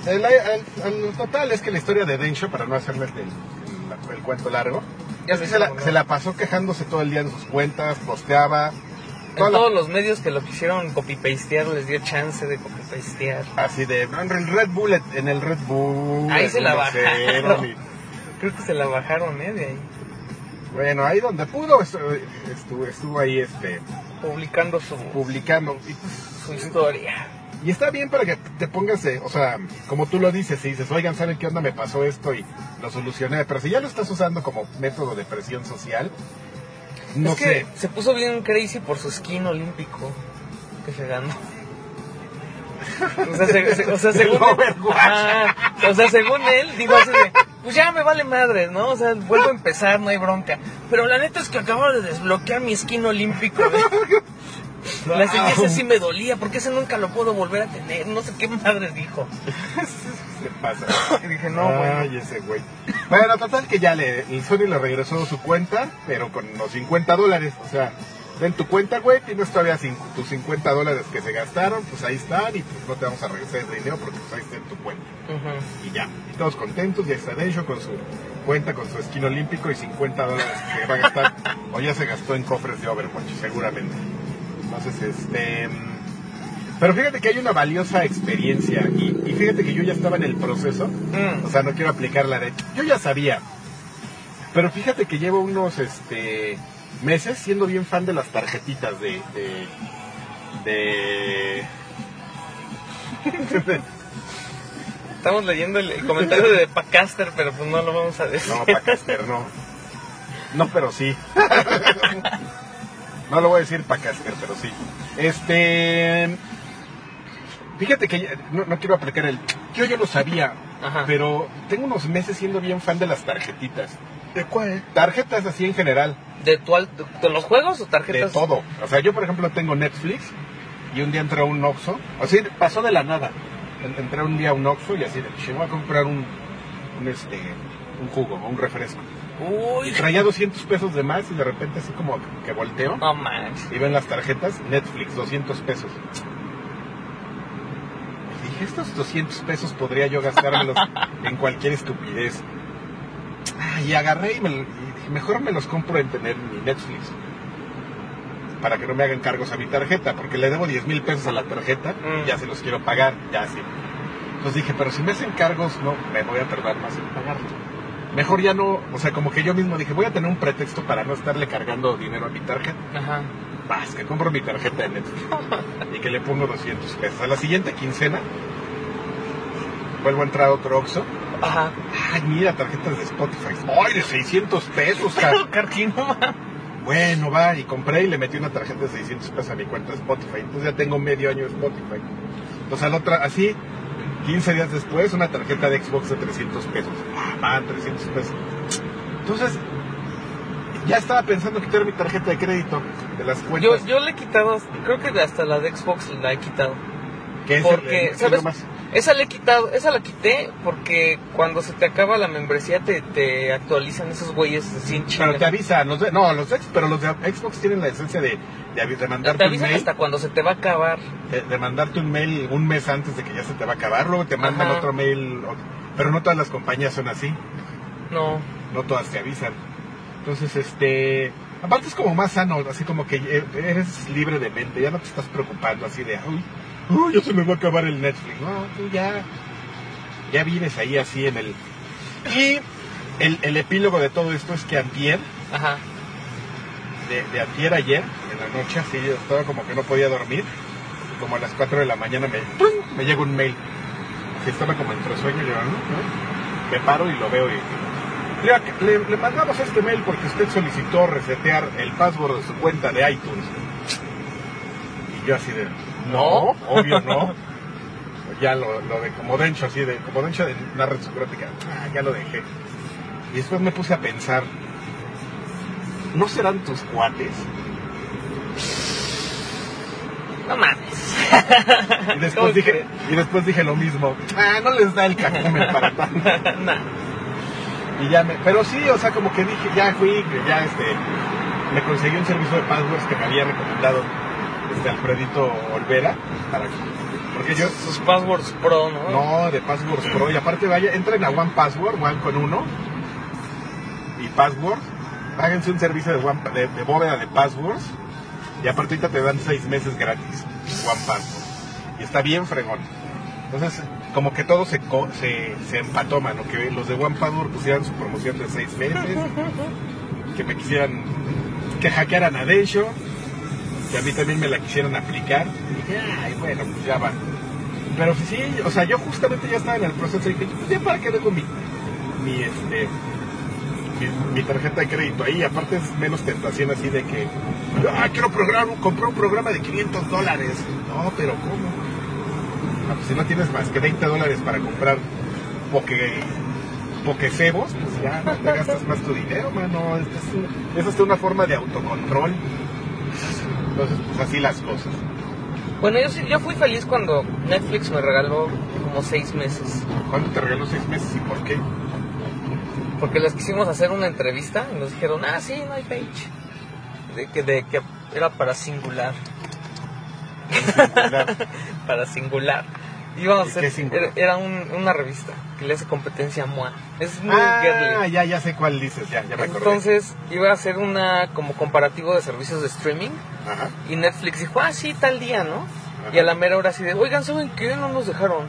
Speaker 2: El, el- el total es que la historia de Densho, para no hacerles el, el- el cuento largo,
Speaker 1: Ya
Speaker 2: es que
Speaker 1: sé
Speaker 2: se la,
Speaker 1: cómo no.
Speaker 2: se la pasó quejándose todo el día en sus cuentas, posteaba. toda
Speaker 1: En
Speaker 2: la-
Speaker 1: todos los medios que lo quisieron copy-pastear les dio chance de copy-pastear.
Speaker 2: Así de, en el Red Bull, en el Red Bull.
Speaker 1: Ahí se la
Speaker 2: en el
Speaker 1: bajaron.
Speaker 2: cero, y-
Speaker 1: Creo que se la bajaron, ¿eh? De ahí.
Speaker 2: Bueno, ahí donde pudo estu- estuvo, estuvo ahí este,
Speaker 1: Publicando su,
Speaker 2: publicando. Y, pues,
Speaker 1: su historia.
Speaker 2: y está bien para que te pongas, eh, o sea, como tú lo dices, y dices, oigan, ¿saben qué onda? Me pasó esto y lo solucioné. Pero si ya lo estás usando como método de presión social, no
Speaker 1: es que
Speaker 2: sé.
Speaker 1: se puso bien crazy por su skin olímpico que se ganó. O sea, se- se- o sea, según
Speaker 2: El Overwatch.
Speaker 1: Ajá. o sea, según él, digo así de, pues ya me vale madres, ¿no? O sea, vuelvo a empezar, no hay bronca. Pero la neta es que acabo de desbloquear mi skin olímpico. La skin
Speaker 2: Ah,
Speaker 1: ese sí me dolía, porque ese nunca lo puedo volver a tener. No sé qué madres dijo.
Speaker 2: Se pasa.
Speaker 1: Y dije, no, bueno.
Speaker 2: Ay, ese güey. Bueno, total que ya le, el Sony le regresó su cuenta, pero con los 50 dólares. O sea, ven tu cuenta, güey, tienes todavía cin- tus 50 dólares que se gastaron, pues ahí están y pues no te vamos a regresar el dinero porque pues ahí está en tu cuenta.
Speaker 1: Ujú.
Speaker 2: Y ya, y todos contentos, ya está Densho con su cuenta, con su esquino olímpico y 50 dólares que va a gastar. o ya se gastó en cofres de Overwatch, seguramente. Entonces, este... mm, Pero fíjate que hay una valiosa experiencia y, y fíjate que yo ya estaba en el proceso
Speaker 1: Mm.
Speaker 2: o sea, no quiero aplicar la de. Yo ya sabía. Pero fíjate que llevo unos este, meses siendo bien fan de las tarjetitas de. de. de-
Speaker 1: Estamos leyendo el, el comentario de Pacaster, pero pues no lo vamos a decir.
Speaker 2: No, para Caster, no. No, pero sí. No lo voy a decir para Caster, pero sí. Este. Fíjate que ya- no, no quiero aplicar el. Yo ya lo sabía.
Speaker 1: Ajá.
Speaker 2: Pero tengo unos meses siendo bien fan de las tarjetitas.
Speaker 1: ¿De cuál?
Speaker 2: Tarjetas así en general,
Speaker 1: ¿De, tu al- de- de los juegos o
Speaker 2: de
Speaker 1: tarjetas?
Speaker 2: todo. O sea, yo por ejemplo tengo Netflix y un día entré a un Oxxo. O sea, pasó de la nada. En- Entré un día a un Oxxo y así de, "Che, voy a comprar un, un, este, un jugo o un refresco.
Speaker 1: Uy,
Speaker 2: Traía 200 pesos de más y de repente así como que volteo
Speaker 1: no manches.
Speaker 2: y ven las tarjetas, Netflix, 200 pesos. Y dije, estos 200 pesos podría yo gastármelos en cualquier estupidez. Ah, Y agarré y, me, y dije, mejor me los compro en tener mi Netflix. Para que no me hagan cargos a mi tarjeta, porque le debo 10 mil pesos a la tarjeta,
Speaker 1: Mm.
Speaker 2: ya se los quiero pagar, ya sí. Entonces dije, pero si me hacen cargos, no, me voy a tardar más en pagarlos. Mejor ya no, o sea, como que yo mismo dije, voy a tener un pretexto para no estarle cargando dinero a mi tarjeta.
Speaker 1: Ajá.
Speaker 2: Vas, que compro mi tarjeta de Netflix y que le pongo 200 pesos. A la siguiente quincena vuelvo a entrar a otro Oxxo.
Speaker 1: Ajá.
Speaker 2: Ay, mira, tarjetas de Spotify. Ay, de 600 pesos, cara.
Speaker 1: Carquinoma.
Speaker 2: Bueno, va, y compré y le metí una tarjeta de 600 pesos a mi cuenta de Spotify. Entonces ya tengo medio año de Spotify. O sea, la otra, así, 15 días después, una tarjeta de Xbox de 300 pesos. Ah, va, 300 pesos. Entonces, Ya estaba pensando en quitar mi tarjeta de crédito de las
Speaker 1: Yo,
Speaker 2: cuentas.
Speaker 1: yo le he quitado, creo que hasta la de Xbox la he quitado.
Speaker 2: que es el-
Speaker 1: Porque,
Speaker 2: es el
Speaker 1: ¿sabes?
Speaker 2: nomás.
Speaker 1: Esa le he quitado, esa la quité porque cuando se te acaba la membresía te, te actualizan esos güeyes sin
Speaker 2: Pero te
Speaker 1: chingar.
Speaker 2: avisan, los de- no, los de, pero los de Xbox tienen la esencia de, de, avi- de mandarte
Speaker 1: Te
Speaker 2: un
Speaker 1: avisan
Speaker 2: mail,
Speaker 1: hasta cuando se te va a acabar.
Speaker 2: de, Eh, de mandarte un mail un mes antes de que ya se te va a acabar, luego te mandan
Speaker 1: Ajá.
Speaker 2: otro mail, o- pero no todas las compañías son así,
Speaker 1: No.
Speaker 2: no todas te avisan. Entonces, este, aparte es como más sano, así como que e- eres libre de mente, ya no te estás preocupando así de, uy, uy, ya se me va a acabar el Netflix, no, tú ya, ya vives ahí así en el... Y el, el epílogo de todo esto es que Antier
Speaker 1: Ajá.
Speaker 2: de, de antier ayer, en la noche, así yo estaba como que no podía dormir. Como a las 4 de la mañana me, ¡pum! me llega un mail. Que estaba como entre sueño y yo, ¿no? Me paro y lo veo y... Le, le- le mandamos este mail porque usted solicitó resetear el password de su cuenta de iTunes. Y yo así de... No,
Speaker 1: No.
Speaker 2: obvio no. Ya lo, lo de como dencho, así de... Como dencho de una red socrática. Ah, ya lo dejé. Y después me puse a pensar... ¿No serán tus cuates?
Speaker 1: No mames.
Speaker 2: Y
Speaker 1: ¿Cómo
Speaker 2: después dije, y después dije lo mismo. Ah, no les da el cacumen para tanto.
Speaker 1: Nah.
Speaker 2: Y ya me, pero sí, o sea, como que dije, ya fui, que ya este, me conseguí un servicio de passwords que me había recomendado este Alfredito Olvera para porque yo
Speaker 1: Sus passwords pro, ¿no?
Speaker 2: no de passwords pro y aparte vaya, entren a One Password, One con uno y passwords, háganse un servicio de One Pa- de, de bóveda de passwords y aparte ahorita te dan seis meses gratis One Password y está bien fregón. Entonces, como que todo se, co- se, se empató, mano. Que los de One Password pusieran su promoción de seis meses. que me quisieran. que hackearan a Densho. Que a mí también me la quisieran aplicar. Y dije, ay, bueno, pues ya va. Pero sí, o sea, yo justamente ya estaba en el proceso. Y dije, pues ya para qué dejo mi. mi este. Mi, mi tarjeta de crédito ahí, aparte es menos tentación así de que, ah, quiero programar, compré un programa de 500 dólares. No, pero ¿cómo? Ah, pues si no tienes más que 20 dólares para comprar poke, pokecebos, pues ya no te gastas más tu dinero, mano. Esta Es, un- es hasta una forma de autocontrol. Entonces, pues así las cosas.
Speaker 1: Bueno, yo, sí- yo fui feliz cuando Netflix me regaló como seis meses.
Speaker 2: ¿Cuándo te regaló seis meses y por qué?
Speaker 1: Porque les quisimos hacer una entrevista y nos dijeron, ah, sí, no hay page. De que, de que era para singular. para singular. Íbamos
Speaker 2: ¿Y
Speaker 1: a hacer,
Speaker 2: qué singular?
Speaker 1: Era, era un- una revista que le hace competencia a MOA. Es muy
Speaker 2: Ah,
Speaker 1: girly.
Speaker 2: ya, ya sé cuál dices, ya, ya me acordé.
Speaker 1: Entonces iba a hacer una como comparativo de servicios de streaming
Speaker 2: Ajá.
Speaker 1: y Netflix dijo, ah, sí, tal día, ¿no? Y a la mera hora así de, oigan, ¿saben qué? No nos dejaron.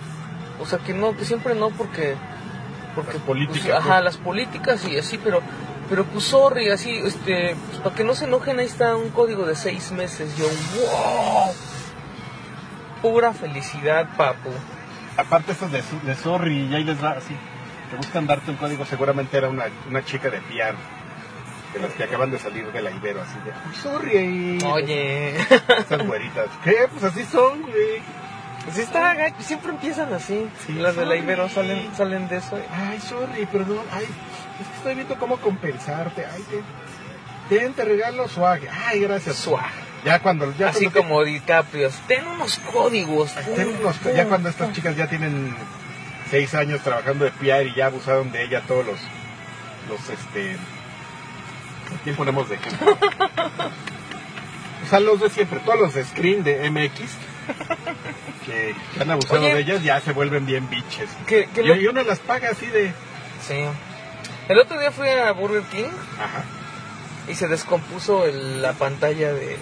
Speaker 1: O sea, que no, que siempre no porque... Porque
Speaker 2: Las
Speaker 1: pues,
Speaker 2: políticas,
Speaker 1: ajá,
Speaker 2: ¿no?
Speaker 1: las políticas y así, pero... Pero pues, sorry, así, este... Pues, para que no se enojen, ahí está un código de seis meses. Yo, wow. Pura felicidad, papu.
Speaker 2: Aparte estos de, su- de sorry, ya ahí les va así. Te buscan darte un código, seguramente era una, una chica de piano. De las que acaban de salir de la Ibero, así de, sorry.
Speaker 1: Oye...
Speaker 2: Esas güeritas. ¿Qué? Pues así son, güey.
Speaker 1: Sí está gacho, siempre empiezan así.
Speaker 2: Sí,
Speaker 1: Las de la
Speaker 2: sorry.
Speaker 1: Ibero salen, salen de eso.
Speaker 2: Ay, sorry, perdón. Ay, es que estoy viendo cómo compensarte. Ay, te, ten, te regalo swag. Ay, gracias.
Speaker 1: Suave.
Speaker 2: Ya cuando... Ya
Speaker 1: Así
Speaker 2: cuando
Speaker 1: como DiCaprio. Ten unos códigos.
Speaker 2: te- ten unos- ya cuando estas chicas ya tienen seis años trabajando de PR y ya abusaron de ella todos los... Los, este... ¿a ¿Quién ponemos de ejemplo? O sea, los de siempre, todos los de Screen de MX que han abusado
Speaker 1: Oye.
Speaker 2: de ellas ya se vuelven bien biches.
Speaker 1: Que- que
Speaker 2: y,
Speaker 1: lo-
Speaker 2: y uno las paga así de...
Speaker 1: Sí. El otro día fui a Burger King
Speaker 2: Ajá.
Speaker 1: y se descompuso el- la pantalla de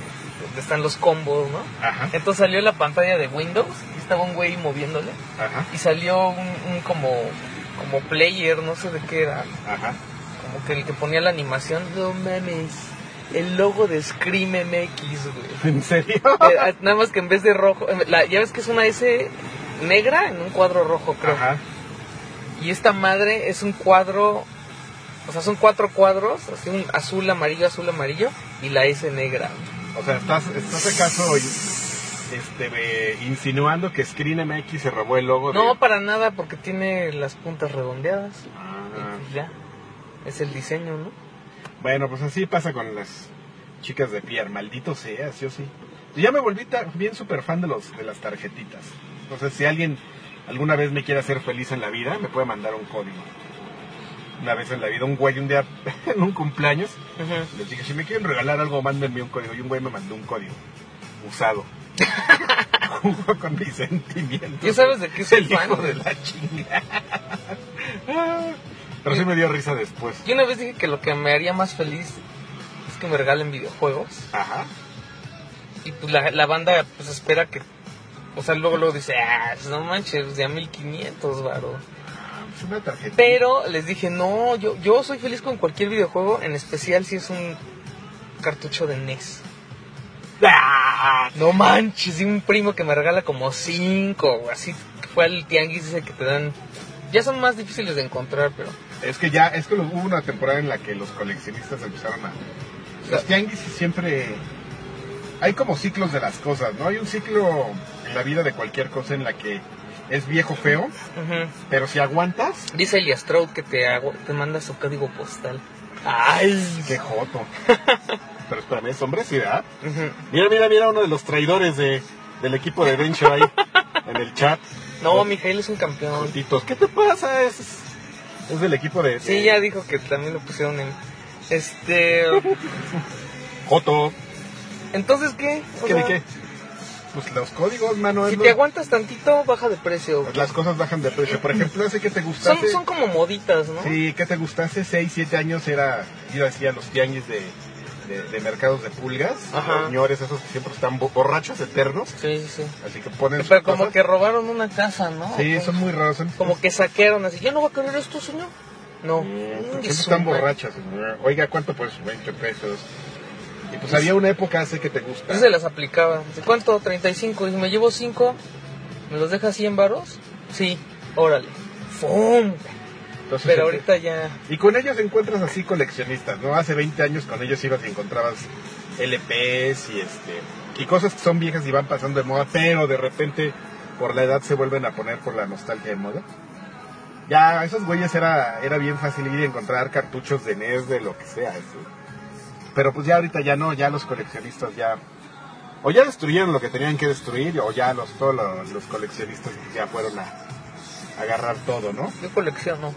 Speaker 1: donde están los combos, ¿no?
Speaker 2: Ajá,
Speaker 1: Entonces salió la pantalla de Windows y estaba un güey moviéndole
Speaker 2: ajá,
Speaker 1: y salió un, un como como player, no sé de qué era,
Speaker 2: ajá.
Speaker 1: como que el que ponía la animación, no mames, el logo de Scream MX, güey.
Speaker 2: ¿En serio?
Speaker 1: Eh, Nada más que en vez de rojo, eh, la- ya ves que es una S negra en un cuadro rojo, creo.
Speaker 2: Ajá.
Speaker 1: Y esta madre es un cuadro, o sea, son cuatro cuadros, así un azul, amarillo, azul, amarillo, y la S negra.
Speaker 2: O sea, ¿estás, estás acaso este, eh, insinuando que Screen MX se robó el logo de...
Speaker 1: No, para nada, porque tiene las puntas redondeadas.
Speaker 2: Ah,
Speaker 1: Y pues ya, es el diseño, ¿no?
Speaker 2: Bueno, pues así pasa con las chicas de Pierre, maldito sea, sí o sí. Yo ya me volví ta- bien súper fan de, los, de las tarjetitas. Entonces, si alguien alguna vez me quiere hacer feliz en la vida, me puede mandar un código. Una vez en la vida, un güey un día en un cumpleaños,
Speaker 1: Ujú.
Speaker 2: les dije, si me quieren regalar algo, mándenme un código. Y un güey me mandó un código usado. Jugó con mis sentimientos.
Speaker 1: ¿Ya sabes de qué soy
Speaker 2: El hijo
Speaker 1: fan?
Speaker 2: de la chingada. Pero sí me dio risa después.
Speaker 1: Yo una vez dije que lo que me haría más feliz es que me regalen videojuegos.
Speaker 2: Ajá.
Speaker 1: Y pues la, la banda pues espera que... O sea, luego luego dice, ah, pues, no manches, de a 1500, varo.
Speaker 2: Es una tarjeta.
Speaker 1: Pero les dije, no, yo, yo soy feliz con cualquier videojuego, en especial si es un cartucho de NES.
Speaker 2: ¡Ah!
Speaker 1: No manches, y un primo que me regala como cinco, así que fue al tianguis, dice que te dan... Ya son más difíciles de encontrar, pero...
Speaker 2: Es que ya, es que lo- hubo una temporada en la que los coleccionistas empezaron a... Los tianguis siempre... Hay como ciclos de las cosas, ¿no? Hay un ciclo en la vida de cualquier cosa en la que es viejo feo,
Speaker 1: Ujú.
Speaker 2: pero si aguantas,
Speaker 1: Dice Elias Stroud que te, hago, te manda su código postal. ¡Ay!
Speaker 2: qué joto. pero espérame, es hombre, sí, ¿verdad?
Speaker 1: Ujú.
Speaker 2: Mira, mira, mira, uno de los traidores de, del equipo de Venture ahí en el chat.
Speaker 1: No, Mijael es un campeón.
Speaker 2: Jotitos, ¿qué te pasa? Es, es del equipo de...
Speaker 1: Sí, ya dijo que también lo pusieron en... Este...
Speaker 2: Joto.
Speaker 1: Entonces, ¿qué? O
Speaker 2: ¿Qué de
Speaker 1: sea,
Speaker 2: qué? Pues los códigos, mano.
Speaker 1: Si
Speaker 2: es
Speaker 1: te
Speaker 2: lo-
Speaker 1: aguantas tantito, baja de precio.
Speaker 2: Las cosas bajan de precio. Por ejemplo, hace que te
Speaker 1: Son,
Speaker 2: gustase.
Speaker 1: son como moditas, ¿no?
Speaker 2: Sí, que te gustase 6, 7 años era ir así a los tianguis de, de, de mercados de pulgas.
Speaker 1: Ajá.
Speaker 2: Los señores, esos que siempre están bo- borrachos eternos.
Speaker 1: Sí, sí, sí.
Speaker 2: Así que ponen. sus
Speaker 1: Pero como
Speaker 2: cosas.
Speaker 1: que robaron una casa, ¿no?
Speaker 2: Sí, son muy raros. Son...
Speaker 1: Como que saquearon así. ¿Ya no va a querer esto, señor? No.
Speaker 2: Mm,
Speaker 1: Mm,
Speaker 2: siempre
Speaker 1: es
Speaker 2: están
Speaker 1: un-
Speaker 2: borrachas. Oiga, ¿cuánto pues? 20 pesos. Y pues había una época hace que te gusta.
Speaker 1: Yo se las aplicaba. Dice, ¿Cuánto? 35. Y me llevo 5. ¿Me los deja 100 varos? Sí. Órale. ¡Fum!
Speaker 2: Entonces,
Speaker 1: Pero
Speaker 2: este,
Speaker 1: ahorita ya...
Speaker 2: Y con ellos encuentras así coleccionistas, ¿no? Hace 20 años con ellos ibas y encontrabas LPs y este y cosas que son viejas y van pasando de moda, pero de repente por la edad se vuelven a poner por la nostalgia de moda. Ya, a esos güeyes era, era bien fácil ir y encontrar cartuchos de NES, de lo que sea. sí. Pero pues ya ahorita ya no, ya los coleccionistas ya... O ya destruyeron lo que tenían que destruir, o ya los, todos los, los coleccionistas ya fueron a, a agarrar todo, ¿no?
Speaker 1: Yo colecciono.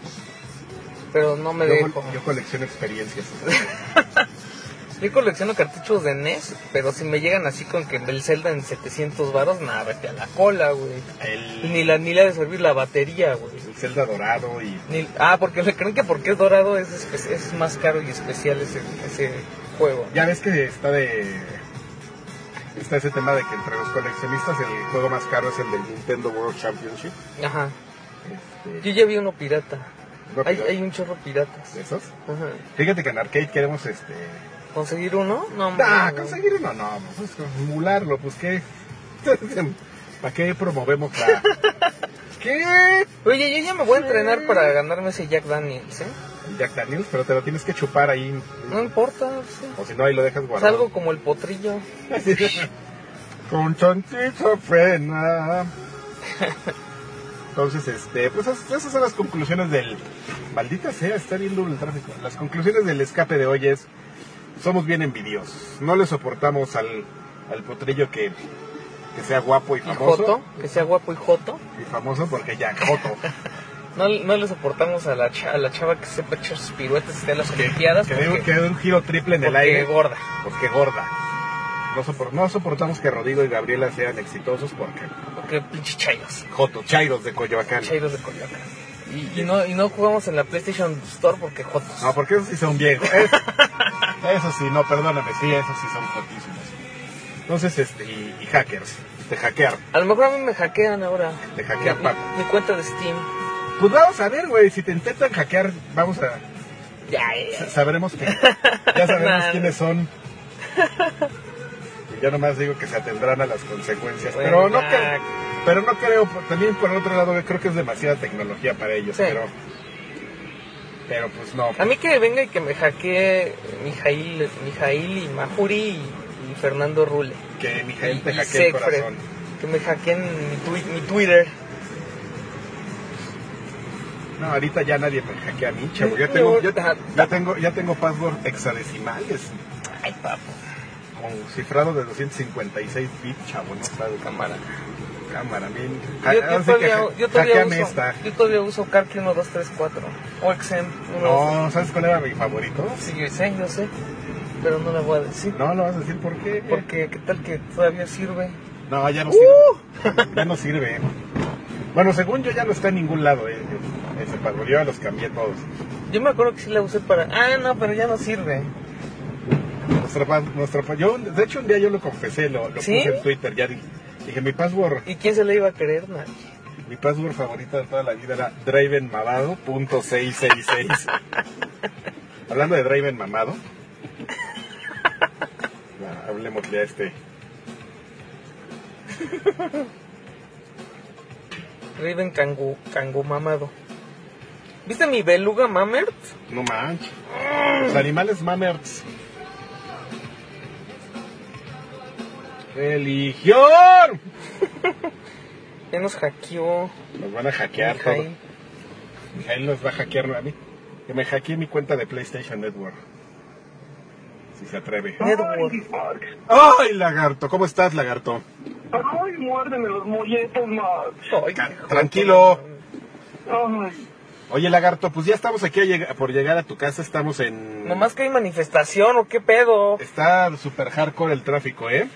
Speaker 1: Pero no me
Speaker 2: Yo,
Speaker 1: dejo.
Speaker 2: col- yo colecciono experiencias.
Speaker 1: Yo colecciono cartuchos de NES, pero si me llegan así con que el Zelda en 700 varos, nada, vete a la cola, güey.
Speaker 2: El,
Speaker 1: Ni la ni la de servir la batería, güey.
Speaker 2: el Zelda dorado y...
Speaker 1: Ni- ah, porque le creen que porque es dorado es, espe- es más caro y especial ese, ese juego.
Speaker 2: Ya ves que está de... Está ese tema de que entre los coleccionistas el juego más caro es el del Nintendo World Championship.
Speaker 1: Ajá.
Speaker 2: Este,
Speaker 1: Yo ya vi uno pirata.
Speaker 2: ¿no
Speaker 1: Hay,
Speaker 2: pirata?
Speaker 1: hay un chorro piratas.
Speaker 2: ¿De esos?
Speaker 1: Ajá.
Speaker 2: Fíjate que en Arcade queremos este...
Speaker 1: ¿Conseguir uno? No,
Speaker 2: Ah,
Speaker 1: mames.
Speaker 2: conseguir uno no, pues emularlo, pues qué... ¿Para qué promovemos la... ¿Qué?
Speaker 1: Oye, yo ya me voy a entrenar para ganarme ese Jack Daniels, ¿eh?
Speaker 2: El Jack Daniels, pero te lo tienes que chupar ahí.
Speaker 1: No importa, sí.
Speaker 2: O si no, ahí lo dejas guardado.
Speaker 1: Salgo como el potrillo.
Speaker 2: Con tantito frena. Entonces, este, pues esas, esas son las conclusiones del. Maldita sea, está bien duro el tráfico. Las conclusiones del escape de hoy es: somos bien envidiosos. No le soportamos al, al potrillo que, que sea guapo y
Speaker 1: Y
Speaker 2: famoso.
Speaker 1: Joto, que sea guapo y Joto.
Speaker 2: Y famoso porque ya, Joto.
Speaker 1: No, no le soportamos a la, cha- a la chava que sepa echar sus piruetas de las
Speaker 2: que
Speaker 1: Olimpiadas
Speaker 2: que dé un,
Speaker 1: porque-
Speaker 2: que dé un giro triple en el
Speaker 1: porque
Speaker 2: aire.
Speaker 1: gorda.
Speaker 2: Porque gorda. No, sopor- no soportamos que Rodrigo y Gabriela sean exitosos porque
Speaker 1: Porque pinche chayos.
Speaker 2: Joto, Chairos de Coyoacán.
Speaker 1: Chairos de Coyoacán. Y, y no, y no jugamos en la PlayStation Store porque jotos.
Speaker 2: No, porque esos sí son viejos. Es- Eso sí, no, perdóname, sí, esos sí son jotísimos. Entonces, este, y, y hackers, de hackear,
Speaker 1: A lo mejor a mí me hackean ahora.
Speaker 2: de hackear
Speaker 1: mi,
Speaker 2: pago.
Speaker 1: mi cuenta de Steam.
Speaker 2: Pues vamos a ver, güey, si te intentan hackear, vamos a.
Speaker 1: Ya, ya,
Speaker 2: sa-
Speaker 1: ya.
Speaker 2: Sabremos que. Ya sabremos
Speaker 1: Nah.
Speaker 2: quiénes son. Y yo nomás digo que se atendrán a las consecuencias. pero,
Speaker 1: Bueno,
Speaker 2: no
Speaker 1: Pues ya.
Speaker 2: cre- pero no creo, por- también por otro lado, creo que es demasiada tecnología para ellos,
Speaker 1: Sí.
Speaker 2: pero. Pero pues no.
Speaker 1: A mí que venga y que me hackee Mijail, Mijail y Majuri y, y Fernando Rule.
Speaker 2: Que mi gente
Speaker 1: y
Speaker 2: hackee el
Speaker 1: Segfred.
Speaker 2: corazón.
Speaker 1: Que me hackeen mi, twi- mi Twitter.
Speaker 2: No, ahorita ya nadie me hackea a mí, chavo. Ya tengo,
Speaker 1: No.
Speaker 2: ya, ya tengo, ya tengo password hexadecimales.
Speaker 1: Ay, papá.
Speaker 2: Con cifrado de 256 bits, chavo. No sabes. Cámara. Cámara, bien.
Speaker 1: Yo, yo
Speaker 2: Ah, Ahora sí que
Speaker 1: todavía,
Speaker 2: ha-
Speaker 1: yo, todavía
Speaker 2: hackeame
Speaker 1: uso,
Speaker 2: esta.
Speaker 1: yo todavía uso Karki 1234 o XM 1,
Speaker 2: No, ¿sabes cuál era mi favorito?
Speaker 1: Sí, yo sé, yo sé, pero no la voy a decir.
Speaker 2: No, no vas a decir por qué.
Speaker 1: Porque qué tal que todavía sirve.
Speaker 2: No, ya no
Speaker 1: ¡Uh!
Speaker 2: sirve. Ya no sirve. Bueno, según yo ya no está en ningún lado eh, ese password. Yo ya los cambié todos.
Speaker 1: Yo me acuerdo que sí la usé para... Ah, no, pero ya no sirve.
Speaker 2: Nuestra, pa- nuestra, pa- yo, de hecho, un día yo lo confesé, lo, lo
Speaker 1: ¿Sí?
Speaker 2: puse en Twitter. Ya dije, dije, mi password,
Speaker 1: ¿Y quién se la iba a querer? Nadie.
Speaker 2: mi password favorita de toda la vida era Dravenmamado.666. Hablando de Draven Mamado, ya, hablemos ya este.
Speaker 1: Raven Kangu, Kangu Mamado. ¿Viste mi beluga mamert?
Speaker 2: No manches. Los animales mamerts. ¡Religión!
Speaker 1: Ya nos hackeó.
Speaker 2: Nos van a hackear todo.
Speaker 1: Mijail.
Speaker 2: Él nos va a hackear a mí. Que me hackee mi cuenta de PlayStation Network. Si se atreve.
Speaker 1: Network.
Speaker 2: ¡Ay, lagarto! ¿Cómo estás, lagarto?
Speaker 3: Ay, muérdeme los molletes, Max.
Speaker 1: Ay,
Speaker 2: Ca-
Speaker 1: hijo.
Speaker 2: tranquilo.
Speaker 3: Ay,
Speaker 2: Oye, lagarto, pues ya estamos aquí a lleg- por llegar a tu casa. Estamos en...
Speaker 1: Nomás que hay manifestación o qué pedo.
Speaker 2: Está super hardcore el tráfico, ¿eh?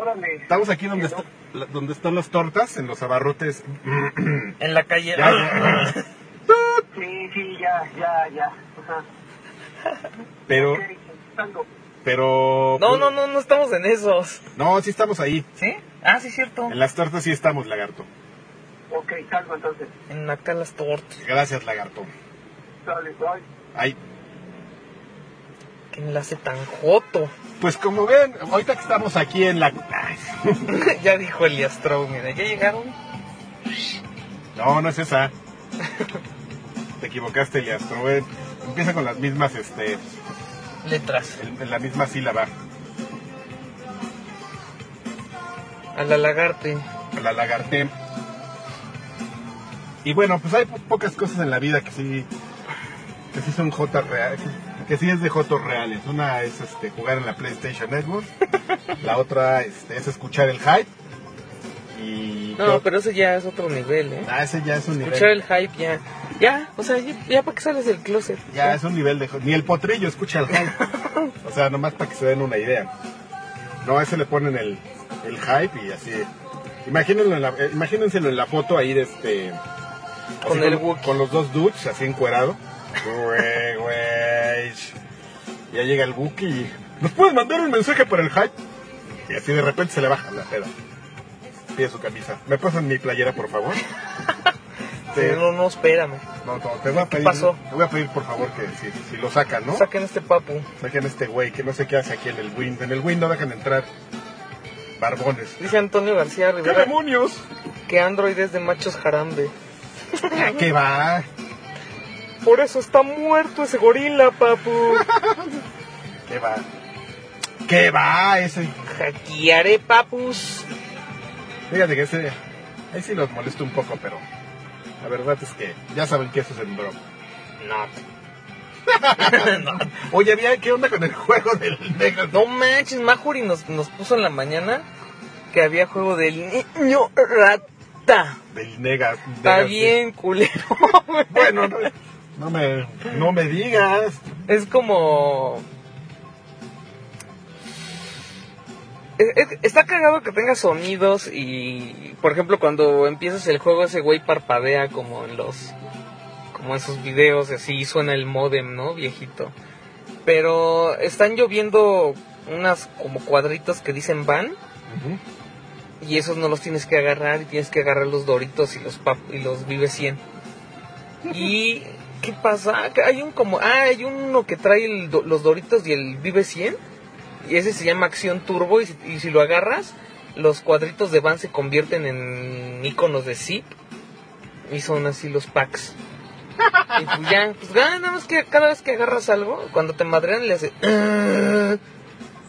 Speaker 3: órale.
Speaker 2: Estamos aquí donde, está- la- donde están las tortas, en los abarrotes.
Speaker 1: En la calle.
Speaker 2: Ya, ya.
Speaker 3: Sí, sí, ya, ya, ya. Ajá.
Speaker 2: Pero,
Speaker 3: Ok, tanto.
Speaker 2: pero... pues,
Speaker 1: No, no, no, no estamos en esos.
Speaker 2: No, sí estamos ahí.
Speaker 1: ¿Sí? Ah, sí, cierto.
Speaker 2: En las tortas sí estamos, lagarto.
Speaker 3: Ok, calma entonces.
Speaker 1: En acá las tortas.
Speaker 2: Gracias, lagarto.
Speaker 3: Dale, bye.
Speaker 2: Ay,
Speaker 1: Que enlace tan joto.
Speaker 2: pues como ven, ahorita que estamos aquí en la... Ay,
Speaker 1: ya dijo Elias Strong, mira, ya llegaron.
Speaker 2: No, no es esa. Te equivocaste, Elias. Pero bueno, empieza con las mismas, este,
Speaker 1: Letras.
Speaker 2: el- en la misma sílaba.
Speaker 1: A la lagarte.
Speaker 2: La lagarté. Y bueno, pues hay po- pocas cosas en la vida que sí, que sí son J reales, que sí es de J reales. Una es este, jugar en la PlayStation Network, la otra este, es escuchar el hype. Y
Speaker 1: No, pero eso ya es otro nivel, ¿eh?
Speaker 2: Ah, ese ya es un nivel.
Speaker 1: Escuchar el hype ya. Ya, o sea, ya, ya para que sales del closet.
Speaker 2: Ya es un nivel de... Ni el potrillo escucha el hype. o sea, nomás para que se den una idea. No, a ese le ponen el, el hype y así. Imagínenlo en la, eh, imagínenselo en la foto ahí de este... así
Speaker 1: Con el Wookiee.
Speaker 2: Con los dos dudes, así encuerado. Güey, güey. Ya llega el Wookiee y... ¿Nos puedes mandar un mensaje para el hype? Y así de repente se le baja la peda. Pide su camisa. ¿Me pasan mi playera, por favor? Te-
Speaker 1: No, no, espérame.
Speaker 2: no, no, te voy a pedir.
Speaker 1: pasó?
Speaker 2: Te voy a pedir, por favor, que si, si lo sacan, ¿no?
Speaker 1: Saquen este papu.
Speaker 2: Saquen a este güey que no sé qué hace aquí en el Wind. En el Wind no dejan entrar barbones.
Speaker 1: Dice Antonio García
Speaker 2: ¡Qué
Speaker 1: Rivera
Speaker 2: demonios!
Speaker 1: que Android es de machos jarambe.
Speaker 2: ¿A Ah, qué va?
Speaker 1: Por eso está muerto ese gorila, papu.
Speaker 2: ¿Qué va? ¿Qué va ese?
Speaker 1: Hackearé, papus.
Speaker 2: Fíjate que ese. Ahí sí los molesto un poco, pero. La verdad es que ya saben que eso es en broma.
Speaker 1: No. no.
Speaker 2: Oye, había- ¿qué onda con el juego del negro?
Speaker 1: No manches, Majuri nos, nos puso en la mañana que había juego del niño rata.
Speaker 2: Del nega.
Speaker 1: Está
Speaker 2: negas, sí.
Speaker 1: bien, culero.
Speaker 2: Bueno, no, no me, no me digas.
Speaker 1: Es como. Es- es- e, Está cagado que tenga sonidos y, por ejemplo, cuando empiezas el juego ese güey parpadea como en los, como en sus videos y así suena el modem, ¿no? Viejito. Pero están lloviendo unas como cuadritos que dicen van
Speaker 2: Ujú.
Speaker 1: y esos no los tienes que agarrar y tienes que agarrar los doritos y los pap y los vive 100. ¿Y qué pasa? Ah, que Hay un como ah, hay uno que trae el do- los doritos y el vive 100 y ese se llama acción turbo y si, y si lo agarras los cuadritos de van se convierten en iconos de zip y son así los packs. Y pues ya, pues ah, nada más que cada vez que agarras algo, cuando te madrean le hace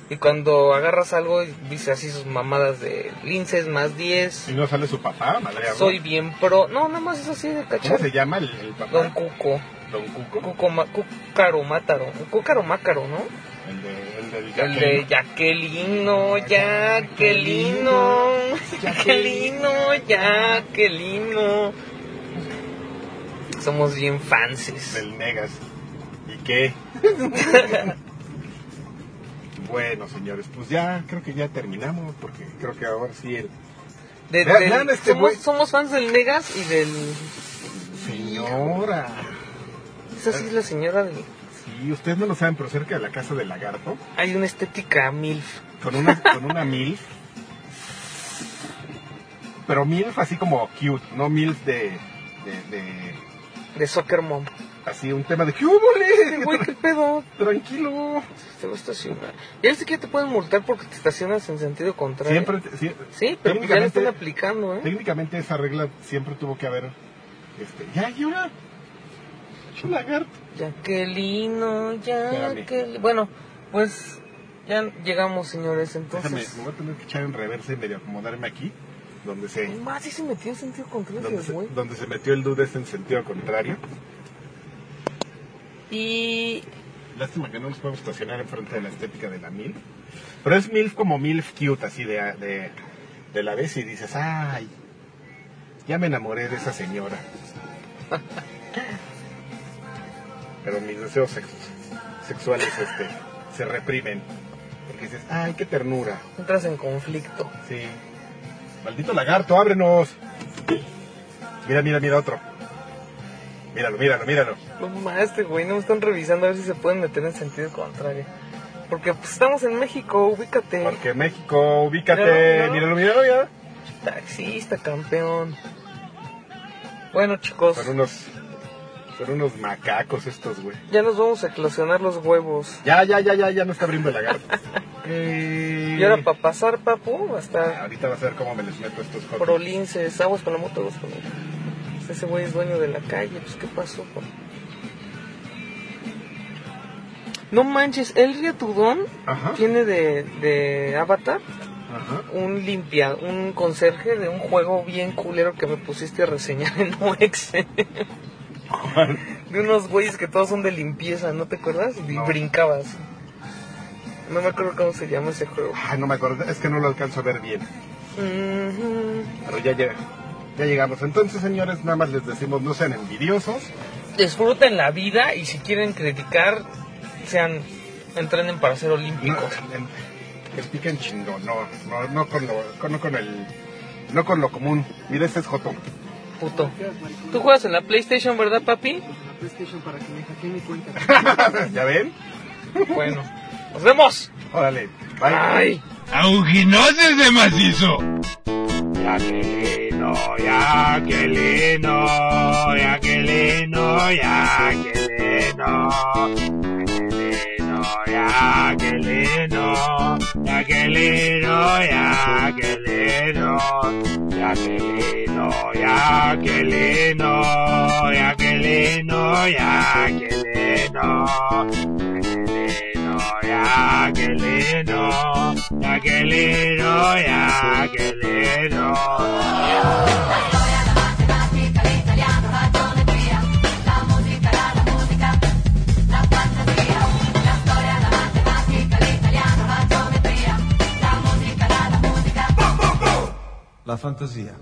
Speaker 1: Y cuando agarras algo, dice así sus mamadas de linces más 10.
Speaker 2: Si no sale su papá, madre.
Speaker 1: Soy bien pro. No, nada más es así de
Speaker 2: ¿Cómo
Speaker 1: cachar.
Speaker 2: se llama el, el papá?
Speaker 1: Don Cuco.
Speaker 2: Don Cuco.
Speaker 1: Cuco, ma- Cúcaro Mátaro. Cúcaro Mácaro, ¿no?
Speaker 2: El de, el del
Speaker 1: El de
Speaker 2: Jacqueline.
Speaker 1: Jaquelino, Jaquelino, Jaquelino, Jaquelino. Somos bien fanses.
Speaker 2: Del Negas. ¿Y qué? bueno, señores, pues ya creo que ya terminamos porque creo que ahora sí el
Speaker 1: De-
Speaker 2: Vean,
Speaker 1: del-
Speaker 2: vean este
Speaker 1: somos,
Speaker 2: güey.
Speaker 1: somos fans del Negas y del...
Speaker 2: señora.
Speaker 1: Esa sí es
Speaker 2: Eh.
Speaker 1: la señora de...
Speaker 2: ah, Sí, ustedes no lo saben, pero cerca de la casa del lagarto
Speaker 1: Hay una estética milf.
Speaker 2: con una con una milf. Pero milf así como cute, no milf de de, de-
Speaker 1: De Soccer Mom.
Speaker 2: así un tema de ¡qué húbole!
Speaker 1: Ay, Güey, qué pedo.
Speaker 2: Tranquilo.
Speaker 1: Se va a estacionar. Ya sé que ya te pueden multar porque te estacionas en sentido contrario.
Speaker 2: Siempre, te- sie-
Speaker 1: Sí, pero ya la
Speaker 2: Técnicamente-
Speaker 1: están aplicando, ¿eh?
Speaker 2: técnicamente esa regla siempre tuvo que haber. Este, ya hay una. Es un lagarto.
Speaker 1: Jaquelino,
Speaker 2: Espérame.
Speaker 1: Jaquelino. Bueno, pues ya llegamos, señores.
Speaker 2: Déjame,
Speaker 1: Entonces,
Speaker 2: me voy a tener que echar en reversa y medio acomodarme aquí, donde
Speaker 1: Y
Speaker 2: se,
Speaker 1: más, sí se metió en sentido contrario,
Speaker 2: donde
Speaker 1: ese
Speaker 2: se,
Speaker 1: güey.
Speaker 2: donde se metió el dude este en sentido contrario.
Speaker 1: Y
Speaker 2: Lástima que no nos podemos estacionar enfrente de la estética de la MILF. Pero es MILF como MILF cute, así de, de, de la vez y dices, ay, ya me enamoré de esa señora. Pero mis deseos sex- sexuales este, se reprimen. Porque dices, ay, qué ternura.
Speaker 1: entras en conflicto.
Speaker 2: Sí. Maldito lagarto, ábrenos. Mira, mira, mira otro. Míralo, míralo, míralo.
Speaker 1: No más, este güey, no me están revisando a ver si se pueden meter en sentido contrario. Porque pues, estamos en México, ubícate.
Speaker 2: Porque México, ubícate.
Speaker 1: Míralo, míralo.
Speaker 2: Míralo, míralo, míralo.
Speaker 1: Taxista, campeón. Bueno, chicos,
Speaker 2: Son unos. Son unos macacos estos, güey.
Speaker 1: ya nos vamos a eclosionar los huevos.
Speaker 2: Ya, ya, ya, ya, ya no está abriendo el lagarto. Eh,
Speaker 1: Y ahora, para pasar, papu, hasta
Speaker 2: Ahorita vas a ver cómo me les meto a estos jotos.
Speaker 1: Prolinces, aguas con la moto, aguas con la moto. Pues Ese güey es dueño de la calle, pues ¿qué pasó? güey? No manches, el Riatudón
Speaker 2: Ajá.
Speaker 1: tiene de, de Avatar
Speaker 2: Ajá.
Speaker 1: un limpia, un conserje de un juego bien culero que me pusiste a reseñar en UX. de unos güeyes que todos son de limpieza, ¿no te acuerdas? Y
Speaker 2: No.
Speaker 1: brincabas. No me acuerdo cómo se llama ese juego.
Speaker 2: Ay, Ah, no me acuerdo, es que no lo alcanzo a ver bien.
Speaker 1: Ujú.
Speaker 2: Pero ya, llega- ya llegamos. Entonces, señores, nada más les decimos, no sean envidiosos.
Speaker 1: disfruten la vida y si quieren criticar, sean entrenen para ser
Speaker 2: No,
Speaker 1: olímpicos.
Speaker 2: en- critiquen chingón, no, no, no con lo, con- no con el, no con lo común. Mira, este es Joto.
Speaker 1: Puto. Tú juegas en la PlayStation, ¿verdad, papi?
Speaker 4: La PlayStation para que me hackeen mi cuenta.
Speaker 2: ¿Ya ven?
Speaker 1: Bueno, nos vemos.
Speaker 2: Órale, bye.
Speaker 1: Bye.
Speaker 5: Aunque no se de macizo. Jaquelino, Jaquelino, Jaquelino, Jaquelino. Jaquelino, Jaquelino, Jaquelino, Jaquelino. Jaquelino, Jaquelino, Jaquelino, Jaquelino. Jaquelino, Jaquelino, Jaquelino, Jaquelino.
Speaker 6: La fantasia.